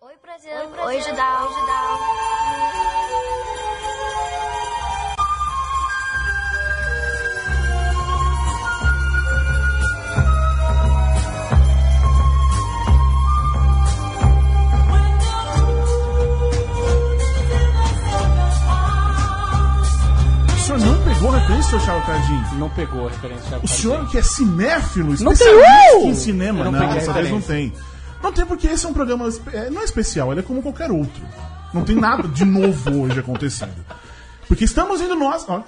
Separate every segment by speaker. Speaker 1: Brasil.
Speaker 2: Oi, Brasil. Oi, Judal. Oi, Judal.
Speaker 3: O senhor não pegou referência, seu Charlotardinho?
Speaker 4: Não pegou a referência.
Speaker 3: O senhor que é cinéfilo,
Speaker 5: Não
Speaker 3: especialista
Speaker 5: tem um! eu!
Speaker 3: em cinema,
Speaker 4: Eu não
Speaker 3: não,
Speaker 4: peguei a
Speaker 3: dessa vez não tem.
Speaker 4: referência.
Speaker 3: Não tem porque esse é um programa, espe- é, não é especial, ele é como qualquer outro. Não tem nada de novo hoje acontecendo. Porque estamos indo nós... ó,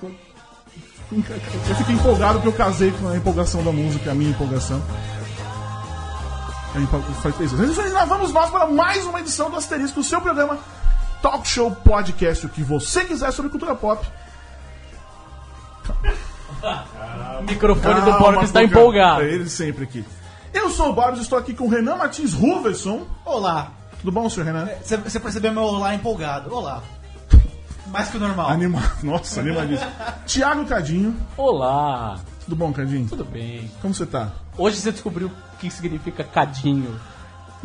Speaker 3: eu fiquei empolgado porque eu casei com a empolgação da música, a minha empolgação. A empo- faz- faz- faz- Nós vamos nós para mais uma edição do Asterisco, o seu programa Talk Show Podcast, o que você quiser sobre cultura pop.
Speaker 4: O microfone do
Speaker 3: Calma,
Speaker 4: Borbs está
Speaker 3: Guga.
Speaker 4: empolgado.
Speaker 3: É ele sempre aqui. Eu sou o Borbs, estou aqui com o Renan Martins Ruverson.
Speaker 6: Olá.
Speaker 3: Tudo bom, senhor Renan?
Speaker 5: É.
Speaker 6: Você você percebeu meu olá empolgado. Olá. Mais que o normal.
Speaker 3: Anima... Nossa, animalíssimo. Tiago Cadinho.
Speaker 4: Olá,
Speaker 3: Tudo bom, Cadinho?
Speaker 4: tudo bem?
Speaker 3: Como você tá?
Speaker 4: Hoje você descobriu o que significa cadinho.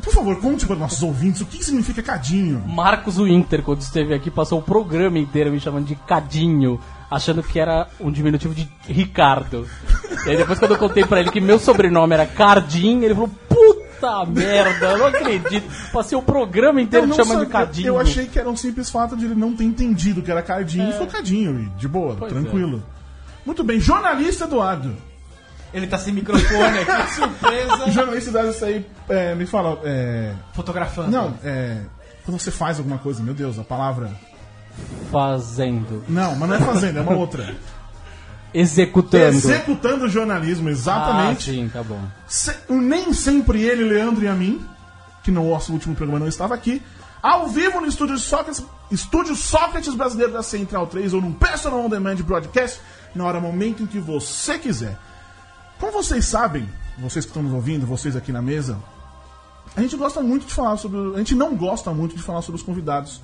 Speaker 3: Por favor, conte para nossos ouvintes o que que significa Cadinho.
Speaker 4: Marcos Winter, quando esteve aqui, passou o programa inteiro me chamando de cadinho, achando que era um diminutivo de Ricardo. E aí depois quando eu contei pra ele que meu sobrenome era Cardinho, ele falou, puta merda, eu não acredito. Passei o programa inteiro me
Speaker 3: não
Speaker 4: chamando de
Speaker 3: sabia-
Speaker 4: cadinho.
Speaker 3: eu achei que era um simples fato de ele não ter entendido que era Cadinho e foi Cadinho, e de boa,
Speaker 4: Pois
Speaker 3: tranquilo. Muito bem, jornalista Eduardo.
Speaker 6: Ele tá sem microfone aqui, surpresa.
Speaker 3: Jornalista Eduardo, isso aí é, me fala. é,
Speaker 6: Fotografando.
Speaker 3: Não, é. Quando você faz alguma coisa, meu Deus, a palavra.
Speaker 4: Fazendo,
Speaker 3: Não, mas não é fazendo, é uma outra.
Speaker 4: executando.
Speaker 3: Executando o jornalismo,
Speaker 4: Ah,
Speaker 3: exatamente.
Speaker 4: sim, tá bom.
Speaker 3: Se- um- nem sempre ele, Leandro e a mim, que no nosso último programa não estava aqui, ao vivo no estúdio Sócrates, estúdio Sócrates Brasileiro da Central 3 ou num Personal On Demand Broadcast, na hora, momento em que você quiser. Como vocês sabem, vocês que estão nos ouvindo, vocês aqui na mesa, a gente gosta muito de falar sobre. A gente não gosta muito de falar sobre os convidados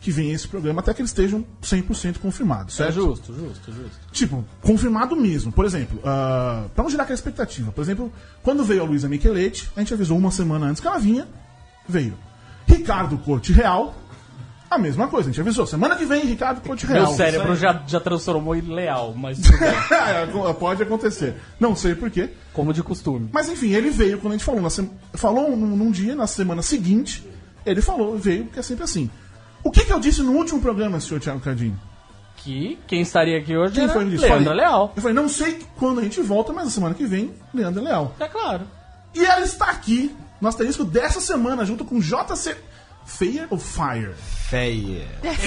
Speaker 3: que vêm a esse programa, até que eles estejam 100% confirmados,
Speaker 4: É
Speaker 3: certo?
Speaker 4: justo, justo, justo.
Speaker 3: Tipo, confirmado mesmo. Por exemplo, ah, pra não gerar aquela expectativa. Por exemplo, quando veio a Luísa Micheletti, a gente avisou uma semana antes que ela vinha, veio. Ricardo Corte Real, a mesma coisa, a gente avisou. Semana que vem, Ricardo Corte Real.
Speaker 4: Meu cérebro já, já transformou em leal, mas tudo bem,
Speaker 3: É, Pode acontecer. Não sei porquê.
Speaker 4: como de costume.
Speaker 3: Mas enfim, ele veio quando a gente falou. na sema- Falou num, num dia, na semana seguinte, ele falou, veio, porque é sempre assim. O que, que eu disse no último programa, senhor Thiago Cardinho?
Speaker 4: Que quem estaria aqui hoje
Speaker 3: Quem
Speaker 4: era
Speaker 3: foi que disse?
Speaker 4: Leandro
Speaker 3: Falei.
Speaker 4: Leal.
Speaker 3: Eu falei, não sei quando a gente volta, mas na semana que vem, Leandro Leal.
Speaker 4: É claro.
Speaker 3: E ela está aqui no asterisco dessa semana, junto com JC. Feia ou Fire?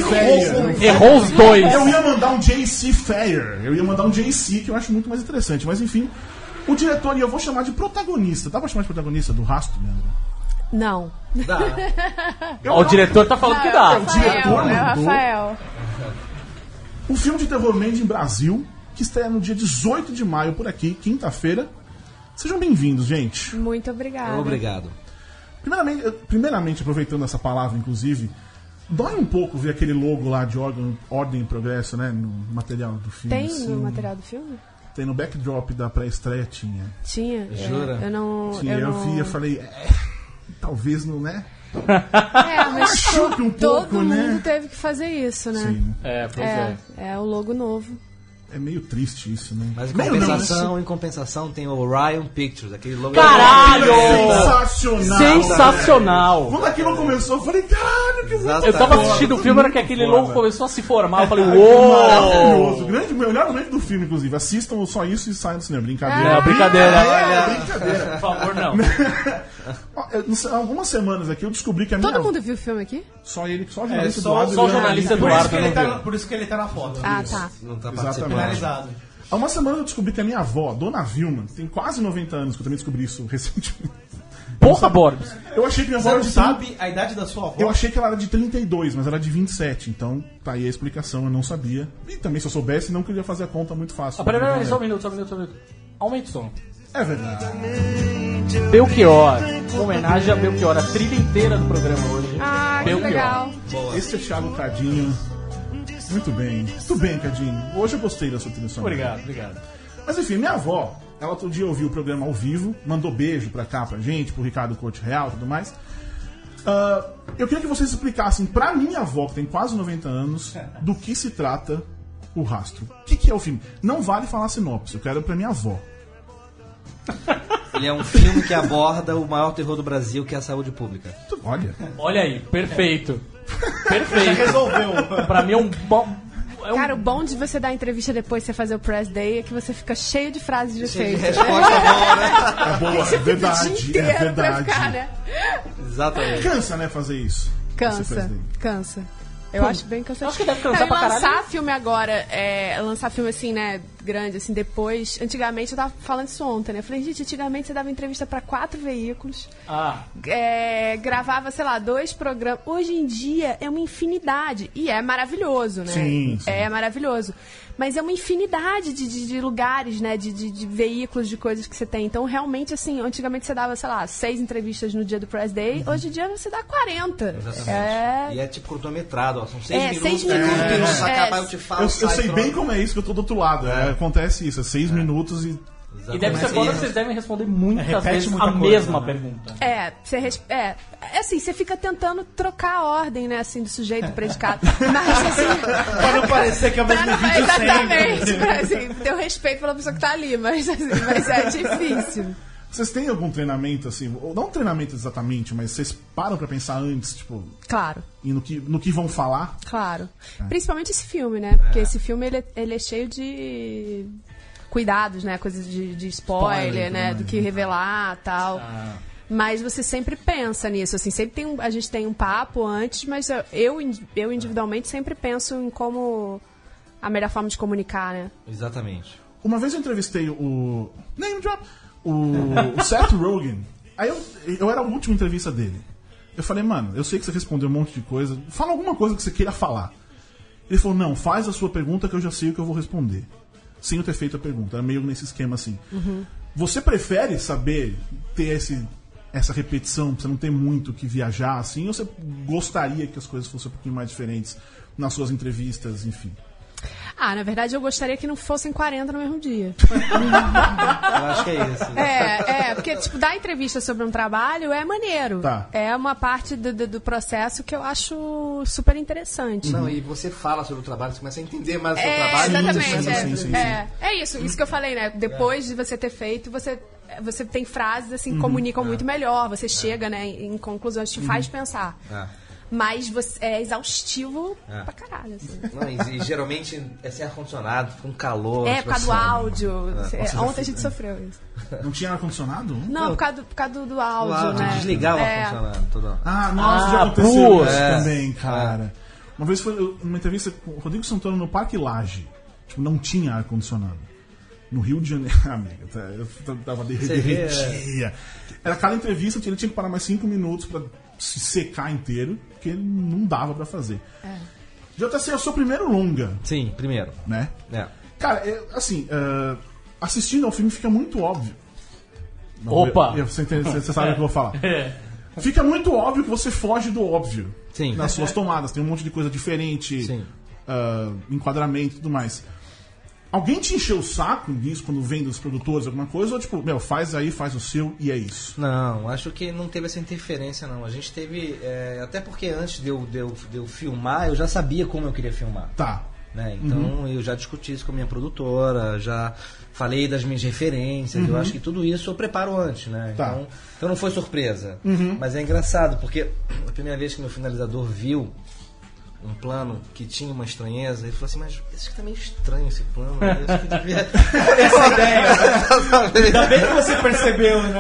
Speaker 3: Feia.
Speaker 4: Errou os dois.
Speaker 3: é. Eu ia mandar um JC Fair. Eu ia mandar um JC, que eu acho muito mais interessante. Mas enfim, o diretor, e eu vou chamar de protagonista. Dá pra chamar de protagonista do rastro, né? Leandro?
Speaker 2: Não.
Speaker 3: Eu
Speaker 4: Ó, o
Speaker 3: não-
Speaker 4: diretor tá falando que
Speaker 3: é o
Speaker 4: dá.
Speaker 3: diretor
Speaker 1: Rafael, é o
Speaker 3: mandou.
Speaker 1: Rafael.
Speaker 3: O Um filme de terror Made em Brasil, que estreia no dia 18 de maio por aqui, quinta-feira. Sejam bem-vindos, gente.
Speaker 1: Muito obrigada.
Speaker 6: Obrigado.
Speaker 3: Primeiramente, eu- primeiramente, aproveitando essa palavra, inclusive, dói um pouco ver aquele logo lá de órgão, Ordem e Progresso, né? No material do filme.
Speaker 1: Tem
Speaker 3: assim.
Speaker 1: no material do filme?
Speaker 3: Tem no backdrop da pré-estreia, tinha.
Speaker 1: Tinha.
Speaker 6: Jura?
Speaker 1: É, Eu não.
Speaker 3: Tinha,
Speaker 1: eu,
Speaker 3: eu,
Speaker 1: não...
Speaker 3: vi, eu falei, é, talvez não, né?
Speaker 1: É, mas
Speaker 3: Machuque um
Speaker 1: todo
Speaker 3: pouco,
Speaker 1: mundo
Speaker 3: né?
Speaker 1: teve que fazer isso, né?
Speaker 3: Sim,
Speaker 4: É, pois é.
Speaker 1: É, é o logo novo.
Speaker 3: é meio triste isso, né?
Speaker 5: Mas em
Speaker 3: meio não,
Speaker 5: compensação, em compensação tem o Orion Pictures, aquele logo.
Speaker 3: né?
Speaker 4: Caralho!
Speaker 3: Sensacional!
Speaker 4: Sensacional!
Speaker 3: Quando aquilo começou, eu falei, caralho, que
Speaker 5: Exato.
Speaker 4: Eu tava
Speaker 5: Foda,
Speaker 4: assistindo o filme, era que aquele
Speaker 5: foda.
Speaker 4: logo começou a se formar. Eu falei,
Speaker 3: Maravilhoso,
Speaker 4: uou!
Speaker 3: grande, melhor momento do filme, inclusive. Assistam só isso e saiam do cinema. Brincadeira.
Speaker 4: É, brincadeira.
Speaker 3: É, brincadeira.
Speaker 4: Por favor, não.
Speaker 3: Ó, eu não sei, algumas semanas aqui eu descobri que a minha.
Speaker 2: Todo mundo viu o filme aqui?
Speaker 3: Só ele, só o jornalista
Speaker 6: É, só-
Speaker 3: Eduardo.
Speaker 4: só o
Speaker 3: ele é-
Speaker 4: jornalista
Speaker 6: Por
Speaker 4: Eduardo.
Speaker 6: isso, que ele
Speaker 4: não
Speaker 6: tá,
Speaker 4: viu.
Speaker 6: por isso que ele tá na foto.
Speaker 2: Ah, tá.
Speaker 5: Não tá
Speaker 3: Exatamente.
Speaker 5: participando.
Speaker 6: Finalizado.
Speaker 3: Há uma semana eu descobri que a minha avó, Dona Vilma, tem quase 90 anos, que eu também descobri isso recentemente.
Speaker 4: Porra, Borbs.
Speaker 3: Eu achei que minha avó
Speaker 6: Você
Speaker 3: era
Speaker 6: não
Speaker 3: de
Speaker 6: sabe a idade da sua avó?
Speaker 3: é um Eu achei que ela era de 32, mas era de 27. Então, tá aí a explicação, eu não sabia. E também, se eu soubesse, não queria fazer a conta muito fácil.
Speaker 4: Peraí, peraí, só um minuto, só um minuto, só um minuto. Aumenta o som.
Speaker 3: É verdade.
Speaker 4: Belchior. Homenagem a Belchior, a trilha inteira do programa hoje.
Speaker 1: Ah, que
Speaker 4: Belchior.
Speaker 1: legal.
Speaker 3: Esse é Thiago Cadinho. Muito bem. Muito bem, Cadinho. Hoje eu gostei da sua trilha sonora.
Speaker 4: Obrigado, obrigado.
Speaker 3: Mas enfim, minha avó, ela outro dia ouviu o programa ao vivo, mandou beijo pra cá, pra gente, pro Ricardo Corte Real e tudo mais. Ah, eu queria que vocês explicassem pra minha avó, que tem quase 90 anos, do que se trata o rastro. O que, que é o filme? Não vale falar sinopse, eu quero pra minha avó.
Speaker 5: Ele é um filme que aborda o maior terror do Brasil, que é a saúde pública.
Speaker 3: Olha.
Speaker 4: Olha aí, perfeito.
Speaker 6: Já
Speaker 4: Perfeito.
Speaker 6: resolveu.
Speaker 4: pra mim é um bom. É um...
Speaker 1: Cara, o bom de você dar entrevista depois, você fazer o press day, é que você fica cheio de frases de
Speaker 5: Cheio de
Speaker 1: efeito.
Speaker 5: resposta boa, né?
Speaker 3: É boa, é
Speaker 1: O dia
Speaker 3: verdade, é
Speaker 1: inteiro pra
Speaker 3: verdade.
Speaker 1: ficar, né?
Speaker 5: Exatamente.
Speaker 3: Cansa, né, fazer isso. Esse
Speaker 1: Cansa,
Speaker 3: presidente.
Speaker 1: cansa. Eu acho bem cansativo.
Speaker 4: acho que deve cansar
Speaker 1: Cara, e
Speaker 4: pra caralho.
Speaker 1: lançar filme agora, é, lançar filme assim, né, grande, assim, depois. Antigamente, eu tava falando isso ontem, né? Eu falei, gente, antigamente você dava entrevista pra quatro veículos,
Speaker 4: Ah,
Speaker 1: é, gravava, sei lá, dois programas. Hoje em dia é uma infinidade. E é maravilhoso, né?
Speaker 3: Sim, sim.
Speaker 1: É maravilhoso. Mas é uma infinidade de, de- de lugares, né? De, de- de veículos, de coisas que você tem. Então, realmente, assim, antigamente você dava, sei lá, seis entrevistas no dia do Press Day.
Speaker 3: Uhum.
Speaker 1: Hoje em dia você dá 40.
Speaker 5: Exatamente.
Speaker 1: É
Speaker 5: E é tipo cronometrado, ó. São seis
Speaker 1: É,
Speaker 5: minutos.
Speaker 1: seis minutos.
Speaker 5: É, não se
Speaker 1: É.
Speaker 5: acabar, eu te falo.
Speaker 3: Eu, eu
Speaker 5: sai,
Speaker 3: sei
Speaker 5: pronto.
Speaker 3: bem como é isso, que eu tô do outro lado. É, acontece isso, é seis minutos e.
Speaker 5: Exatamente.
Speaker 6: Tá
Speaker 5: É
Speaker 4: e deve ser foda que vocês devem responder muitas
Speaker 6: né? Repete
Speaker 4: vezes
Speaker 6: muita
Speaker 4: a
Speaker 6: coisa,
Speaker 4: mesma
Speaker 6: né?
Speaker 4: pergunta.
Speaker 1: É, você res- é, é assim, você fica tentando trocar a ordem, né, assim, do sujeito do predicado. Mas assim.
Speaker 6: Pra não parecer que é o
Speaker 1: pra
Speaker 6: mesmo
Speaker 1: não-
Speaker 6: vídeo
Speaker 1: exatamente,
Speaker 6: sempre.
Speaker 1: pra, assim, ter o respeito pela pessoa que tá ali, mas, assim, mas é difícil.
Speaker 3: Vocês têm algum treinamento, assim, ou não treinamento exatamente, mas vocês param pra pensar antes, tipo,
Speaker 1: Claro,
Speaker 3: e no que, no que vão falar?
Speaker 1: claro. Principalmente esse filme, né? Porque esse filme ele, é- ele é cheio de cuidados, né? Coisas de, de spoiler,
Speaker 6: Spoiler, tudo
Speaker 1: né?
Speaker 6: mais,
Speaker 1: Do que revelar tal. Mas você sempre pensa nisso, assim, sempre tem um, a gente tem um papo antes, mas eu- eu, in- eu individualmente sempre penso em como a melhor forma de comunicar, né?
Speaker 5: Exatamente.
Speaker 3: Uma vez eu entrevistei o. Name drop! O, o Seth Rogen. Aí eu, eu era a última entrevista dele. Eu falei, mano, eu sei que você respondeu um monte de coisa. Fala alguma coisa que você queira falar. Ele falou, não, faz a sua pergunta que eu já sei o que eu vou responder. Sem eu ter feito a pergunta. Era meio nesse esquema assim. Você prefere saber ter esse, essa repetição, pra você não ter muito o que viajar assim? Ou você gostaria que as coisas fossem um pouquinho mais diferentes nas suas entrevistas, enfim?
Speaker 1: Ah, na verdade eu gostaria que não fossem 40 no mesmo dia.
Speaker 5: Eu acho que é isso.
Speaker 1: É, é, porque, tipo, dar entrevista sobre um trabalho é maneiro.
Speaker 3: Tá.
Speaker 1: É uma parte do, do- do processo que eu acho super interessante.
Speaker 5: Não, e você fala sobre o trabalho, você começa a entender mais o seu
Speaker 1: É,
Speaker 5: trabalho.
Speaker 1: exatamente.
Speaker 3: sim,
Speaker 1: é,
Speaker 3: sim, sim,
Speaker 1: é. É isso, isso que eu falei, né? Depois de você ter feito, você, você tem frases assim que comunicam muito melhor, você chega, né, em conclusões, te faz pensar.
Speaker 5: É.
Speaker 1: Mas você é exaustivo
Speaker 5: É.
Speaker 1: pra caralho, assim.
Speaker 5: Não, e, e geralmente é sem ar-condicionado, com um calor. tipo assim,
Speaker 1: É,
Speaker 5: você
Speaker 1: por causa do
Speaker 5: some.
Speaker 1: áudio. É,
Speaker 3: Nossa, já
Speaker 1: Ontem
Speaker 3: fui-
Speaker 1: a gente sofreu isso.
Speaker 3: Não tinha ar-condicionado?
Speaker 1: Não, por causa do, por causa do, do
Speaker 5: O
Speaker 1: áudio,
Speaker 5: um áudio,
Speaker 1: né?
Speaker 5: desligar o
Speaker 1: É.
Speaker 5: ar-condicionado. tudo.
Speaker 3: Ah, nossa, já
Speaker 4: Ah,
Speaker 3: aconteceu
Speaker 4: putz.
Speaker 3: isso
Speaker 5: É.
Speaker 3: também, cara. Uma vez foi eu- numa entrevista com o Rodrigo Santoro no Parque Laje. Tipo, não tinha ar-condicionado. No Rio de Janeiro, Ah, amiga, tá, eu t- tava derre-
Speaker 5: Você vê, é.
Speaker 3: derretia. Era cada entrevista, ele tinha que parar mais cinco minutos pra se secar inteiro, porque não dava pra fazer. Já tá sendo o seu primeiro longa,
Speaker 5: Sim, primeiro.
Speaker 3: né?
Speaker 5: É.
Speaker 3: Cara, eu- assim, ah, assistindo ao filme fica muito óbvio. Não,
Speaker 4: Opa!
Speaker 3: eu- eu- você, entende- você sabe o que eu vou falar.
Speaker 4: É.
Speaker 3: Fica muito óbvio que você foge do óbvio
Speaker 5: Sim.
Speaker 3: nas suas tomadas. Tem um monte de coisa diferente,
Speaker 5: Sim.
Speaker 3: ah, enquadramento e tudo mais. Alguém te encheu o saco disso quando vem dos produtores, alguma coisa? Ou tipo, meu, faz aí, faz o seu e é isso?
Speaker 5: Não, acho que não teve essa interferência, não. A gente teve. é, até porque antes de eu, de, eu, de eu filmar, eu já sabia como eu queria filmar.
Speaker 3: Tá.
Speaker 5: né? Então eu já discuti isso com a minha produtora, já falei das minhas referências, eu acho que tudo isso eu preparo antes, né?
Speaker 3: Uhum. Tá. Uhum.
Speaker 5: Então, então não foi surpresa. Mas é engraçado, porque a primeira vez que meu finalizador viu um plano que tinha uma estranheza, ele falou assim, mas esse aqui tá meio estranho esse plano, né? Eu acho que devia...
Speaker 6: Essa ideia. Ainda bem que você percebeu, né?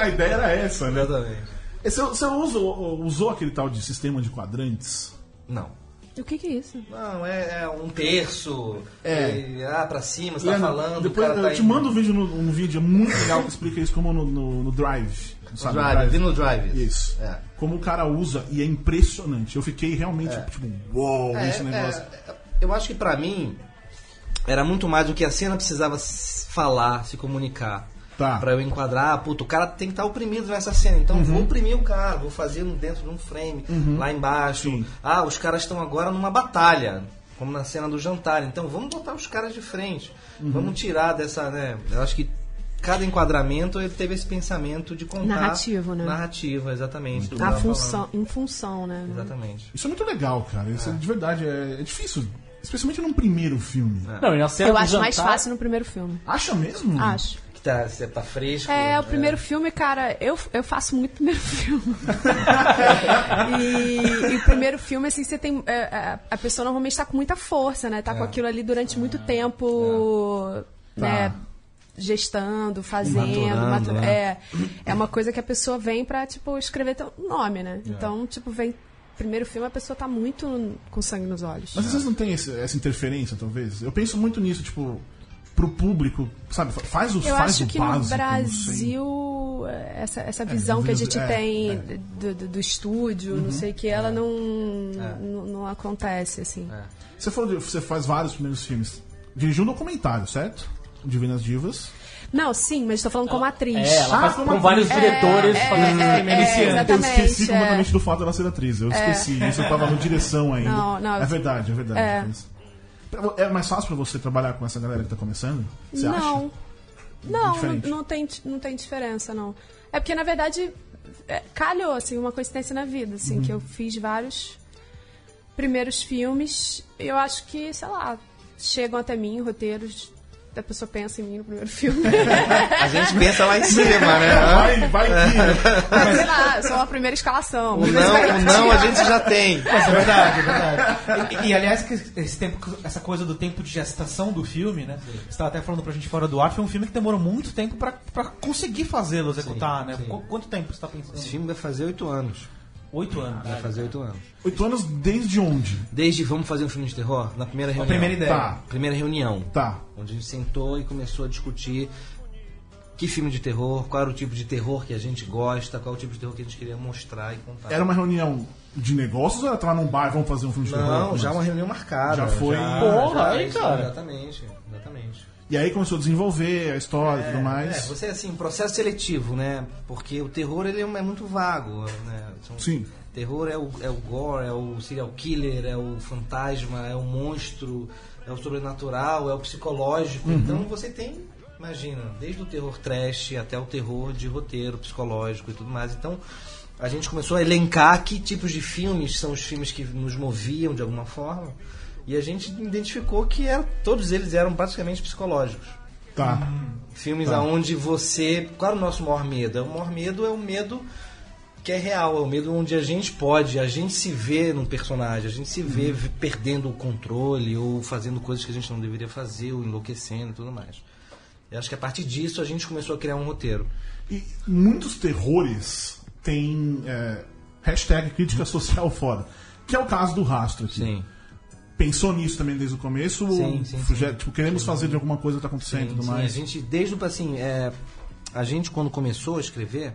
Speaker 3: A ideia era essa, né?
Speaker 5: Exatamente.
Speaker 3: Você, você usou, usou aquele tal de sistema de quadrantes?
Speaker 5: Não.
Speaker 1: O que, que é isso?
Speaker 5: Não, é, é um terço,
Speaker 3: É.
Speaker 5: e- ah, pra cima, você tá
Speaker 3: Leandro,
Speaker 5: falando,
Speaker 3: Depois
Speaker 5: o cara
Speaker 3: eu
Speaker 5: tá
Speaker 3: te
Speaker 5: indo-
Speaker 3: mando um vídeo, no, um vídeo muito legal que explica isso como no, no- no Drive.
Speaker 5: no
Speaker 3: sabe?
Speaker 5: drive, vi no drive.
Speaker 3: Isso.
Speaker 5: É.
Speaker 3: Como o cara usa e é impressionante. Eu fiquei realmente tipo, uou,
Speaker 5: É,
Speaker 3: esse negócio.
Speaker 5: é, eu acho que pra mim era muito mais do que a cena precisava s- falar, se comunicar.
Speaker 3: Tá. Uhum.
Speaker 5: Pra eu enquadrar, ah, puto, o cara tem que estar oprimido nessa cena. Então vou oprimir o cara, vou fazer um- dentro de um frame, lá embaixo.
Speaker 3: Sim.
Speaker 5: Ah, os caras estão agora numa batalha, como
Speaker 3: Uhum.
Speaker 5: na cena do jantar. Então vamos botar os caras de frente. Vamos tirar dessa, né? Eu acho que cada enquadramento ele teve esse pensamento de contar.
Speaker 1: Narrativo, né?
Speaker 5: Narrativo, exatamente. do que
Speaker 1: A
Speaker 5: tava
Speaker 1: função,
Speaker 5: falando.
Speaker 1: em função, né?
Speaker 5: Exatamente.
Speaker 3: Isso é muito legal, cara. Isso, De verdade, é, é difícil. Especialmente num primeiro filme.
Speaker 5: É.
Speaker 4: Não, e na cena
Speaker 1: Eu
Speaker 4: do
Speaker 1: acho mais
Speaker 4: jantar-
Speaker 1: fácil no primeiro filme.
Speaker 3: Acha mesmo?
Speaker 1: Acho.
Speaker 5: Que tá, você tá fresco.
Speaker 1: É, o primeiro filme, cara, eu, eu faço muito primeiro filme. e, e o primeiro filme, assim, você tem. é, é, a pessoa normalmente tá com muita força, né? Tá
Speaker 5: É.
Speaker 1: com aquilo ali durante muito tempo, né?
Speaker 3: Tá.
Speaker 1: Gestando, fazendo,
Speaker 5: Maturando,
Speaker 1: matu-
Speaker 5: né?
Speaker 1: é, é uma coisa que a pessoa vem pra, tipo, escrever teu nome, né?
Speaker 5: É.
Speaker 1: Então, tipo, vem. Primeiro filme, a pessoa tá muito com sangue nos olhos.
Speaker 3: Mas vocês não têm esse- essa interferência, talvez? Eu penso muito nisso, tipo, pro público, sabe? fa- Faz o
Speaker 1: Eu
Speaker 3: faz
Speaker 1: acho
Speaker 3: o
Speaker 1: que
Speaker 3: básico,
Speaker 1: no
Speaker 3: não sei.
Speaker 1: Brasil, essa, essa visão que a gente
Speaker 3: é,
Speaker 1: tem
Speaker 3: é. Uhum.
Speaker 1: Do, do- do estúdio, não sei o que, ela não,
Speaker 3: É.
Speaker 1: não, não acontece, assim.
Speaker 3: Você falou de, você faz vários primeiros filmes. Dirigiu um documentário, certo? Divinas Divas.
Speaker 1: Não, sim, mas estou falando como atriz.
Speaker 4: É, ela
Speaker 3: Ah,
Speaker 4: faz
Speaker 3: foi
Speaker 4: com
Speaker 3: uma-
Speaker 4: vários
Speaker 3: É,
Speaker 4: diretores fazendo
Speaker 1: é,
Speaker 4: filme
Speaker 1: é,
Speaker 4: iniciante.
Speaker 1: exatamente.
Speaker 3: Eu esqueci
Speaker 1: é.
Speaker 3: completamente do fato dela ser atriz. Eu esqueci isso, eu tava no direção ainda.
Speaker 1: Não, não.
Speaker 3: É verdade, é verdade.
Speaker 1: É.
Speaker 3: Mas- É mais fácil pra você trabalhar com essa galera que tá começando? Você
Speaker 1: não.
Speaker 3: acha?
Speaker 1: Não, não,
Speaker 3: Diferente.
Speaker 1: não tem, di- não tem diferença, não. É porque, na verdade, é, calhou, assim, uma coincidência na vida, assim, que
Speaker 3: Uhum.
Speaker 1: eu fiz vários primeiros filmes. Eu acho que, sei lá, chegam até mim roteiros. A pessoa pensa em mim no primeiro filme.
Speaker 5: A gente pensa lá em cima, né?
Speaker 3: É, Vai,
Speaker 1: É.
Speaker 3: vai que.
Speaker 1: Sei lá, eu sou a primeira escalação. é,
Speaker 5: O não, o não a gente já tem.
Speaker 6: Mas é verdade, é verdade. E, e, aliás, que esse tempo, essa coisa do tempo de gestação do filme, né? Você estava até falando pra gente fora do ar, foi um filme que demorou muito tempo pra, pra conseguir fazê-lo executar, né? Qu- quanto tempo você tá
Speaker 5: Esse
Speaker 6: pensando?
Speaker 5: filme vai fazer oito anos.
Speaker 6: Oito anos.
Speaker 5: Vai fazer oito anos.
Speaker 3: Oito anos desde onde?
Speaker 5: Desde vamos fazer um filme de terror? Na primeira reunião.
Speaker 6: primeira ideia.
Speaker 3: Tá.
Speaker 5: Primeira reunião.
Speaker 3: Tá.
Speaker 5: Onde a gente sentou e começou a discutir que filme de terror, qual era o tipo de terror que a gente gosta, qual o tipo de terror que a gente queria mostrar e contar.
Speaker 3: Era uma reunião de negócios ou ela tava num bar e vamos fazer um filme de terror?
Speaker 5: Não, já uma reunião marcada.
Speaker 3: Já foi.
Speaker 4: Porra,
Speaker 5: já,
Speaker 4: aí,
Speaker 5: isso,
Speaker 4: cara.
Speaker 5: Exatamente, exatamente.
Speaker 3: E aí começou a desenvolver a história e tudo
Speaker 5: É,
Speaker 3: mais.
Speaker 5: você assim, processo seletivo, né? Porque o terror ele é um- é muito vago, né? São-
Speaker 3: Sim.
Speaker 5: Terror é o, é o gore, é o serial killer, é o fantasma, é o monstro, é o sobrenatural, é o psicológico. Então você tem, imagina, desde o terror trash até o terror de roteiro psicológico e tudo mais. Então a gente começou a elencar que tipos de filmes são os filmes que nos moviam de alguma forma. E a gente identificou que era, todos eles eram praticamente psicológicos.
Speaker 3: Tá.
Speaker 5: Filmes aonde você. Qual é o nosso maior medo? É O maior medo é o medo que é real, é o medo onde a gente pode, a gente se vê num personagem, a gente se vê vi- perdendo o controle ou fazendo coisas que a gente não deveria fazer, ou enlouquecendo e tudo mais. Eu acho que a partir disso a gente começou a criar um roteiro.
Speaker 3: E muitos terrores têm é, hashtag crítica social foda. Que é o caso do rastro aqui. Pensou nisso também desde o começo?
Speaker 5: Sim,
Speaker 3: ou
Speaker 5: sim,
Speaker 3: fuge-
Speaker 5: sim.
Speaker 3: Tipo, queremos fazer de alguma coisa que tá acontecendo e
Speaker 5: Sim,
Speaker 3: tudo
Speaker 5: sim,
Speaker 3: mais.
Speaker 5: A gente, desde o assim, é, a gente quando começou a escrever,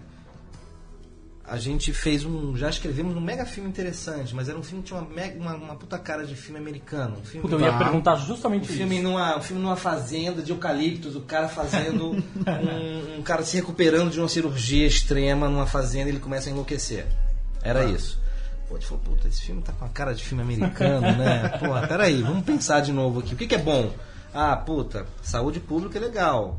Speaker 5: a gente fez um. Já escrevemos um mega filme interessante, mas era um filme que tinha uma, mega- uma, uma puta cara de filme americano. Um filme,
Speaker 4: Puta, eu ia
Speaker 3: Tá.
Speaker 4: perguntar
Speaker 5: um
Speaker 4: justamente
Speaker 5: filme
Speaker 4: isso.
Speaker 5: numa, um filme numa fazenda de eucaliptos, o cara fazendo. um, um cara se recuperando de uma cirurgia extrema numa fazenda e ele começa a enlouquecer. Era isso. Pô, a gente falou, puta, esse filme tá com a cara de filme americano, né? Porra, peraí, vamos pensar de novo aqui. O que, que é bom? Ah, puta, saúde pública é legal.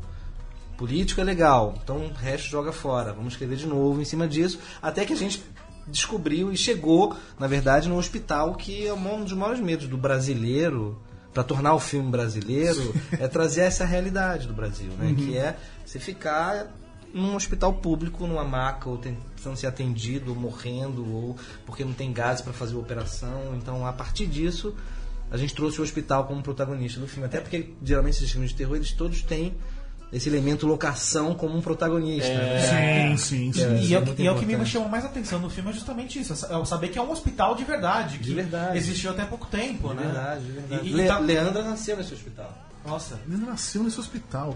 Speaker 5: Político é legal. Então o resto joga fora. Vamos escrever de novo em cima disso. Até que a gente descobriu e chegou, na verdade, no hospital, que é um dos maiores medos do brasileiro, para tornar o filme brasileiro, é trazer essa realidade do Brasil, né? Que é você ficar num hospital público, numa maca, ou tentando ser atendido, ou morrendo, ou porque não tem gás para fazer a operação. Então, a partir disso, a gente trouxe o hospital como protagonista do filme. Até porque, geralmente, esses filmes de terror, eles todos têm esse elemento locação como um protagonista. né?
Speaker 6: É.
Speaker 3: Sim, sim,
Speaker 6: E,
Speaker 3: sim.
Speaker 5: isso
Speaker 6: é,
Speaker 5: é
Speaker 6: o-
Speaker 5: muito
Speaker 6: e é o que me
Speaker 5: importante.
Speaker 6: chamou mais atenção no filme é justamente isso. É o saber que é um hospital de verdade. Que
Speaker 5: De verdade.
Speaker 6: Existiu até há pouco tempo,
Speaker 5: De
Speaker 6: né?
Speaker 5: É verdade, de verdade.
Speaker 6: E- e
Speaker 5: Le-
Speaker 6: tá-
Speaker 5: Leandra nasceu nesse hospital.
Speaker 6: Nossa.
Speaker 3: Ele nasceu nesse hospital.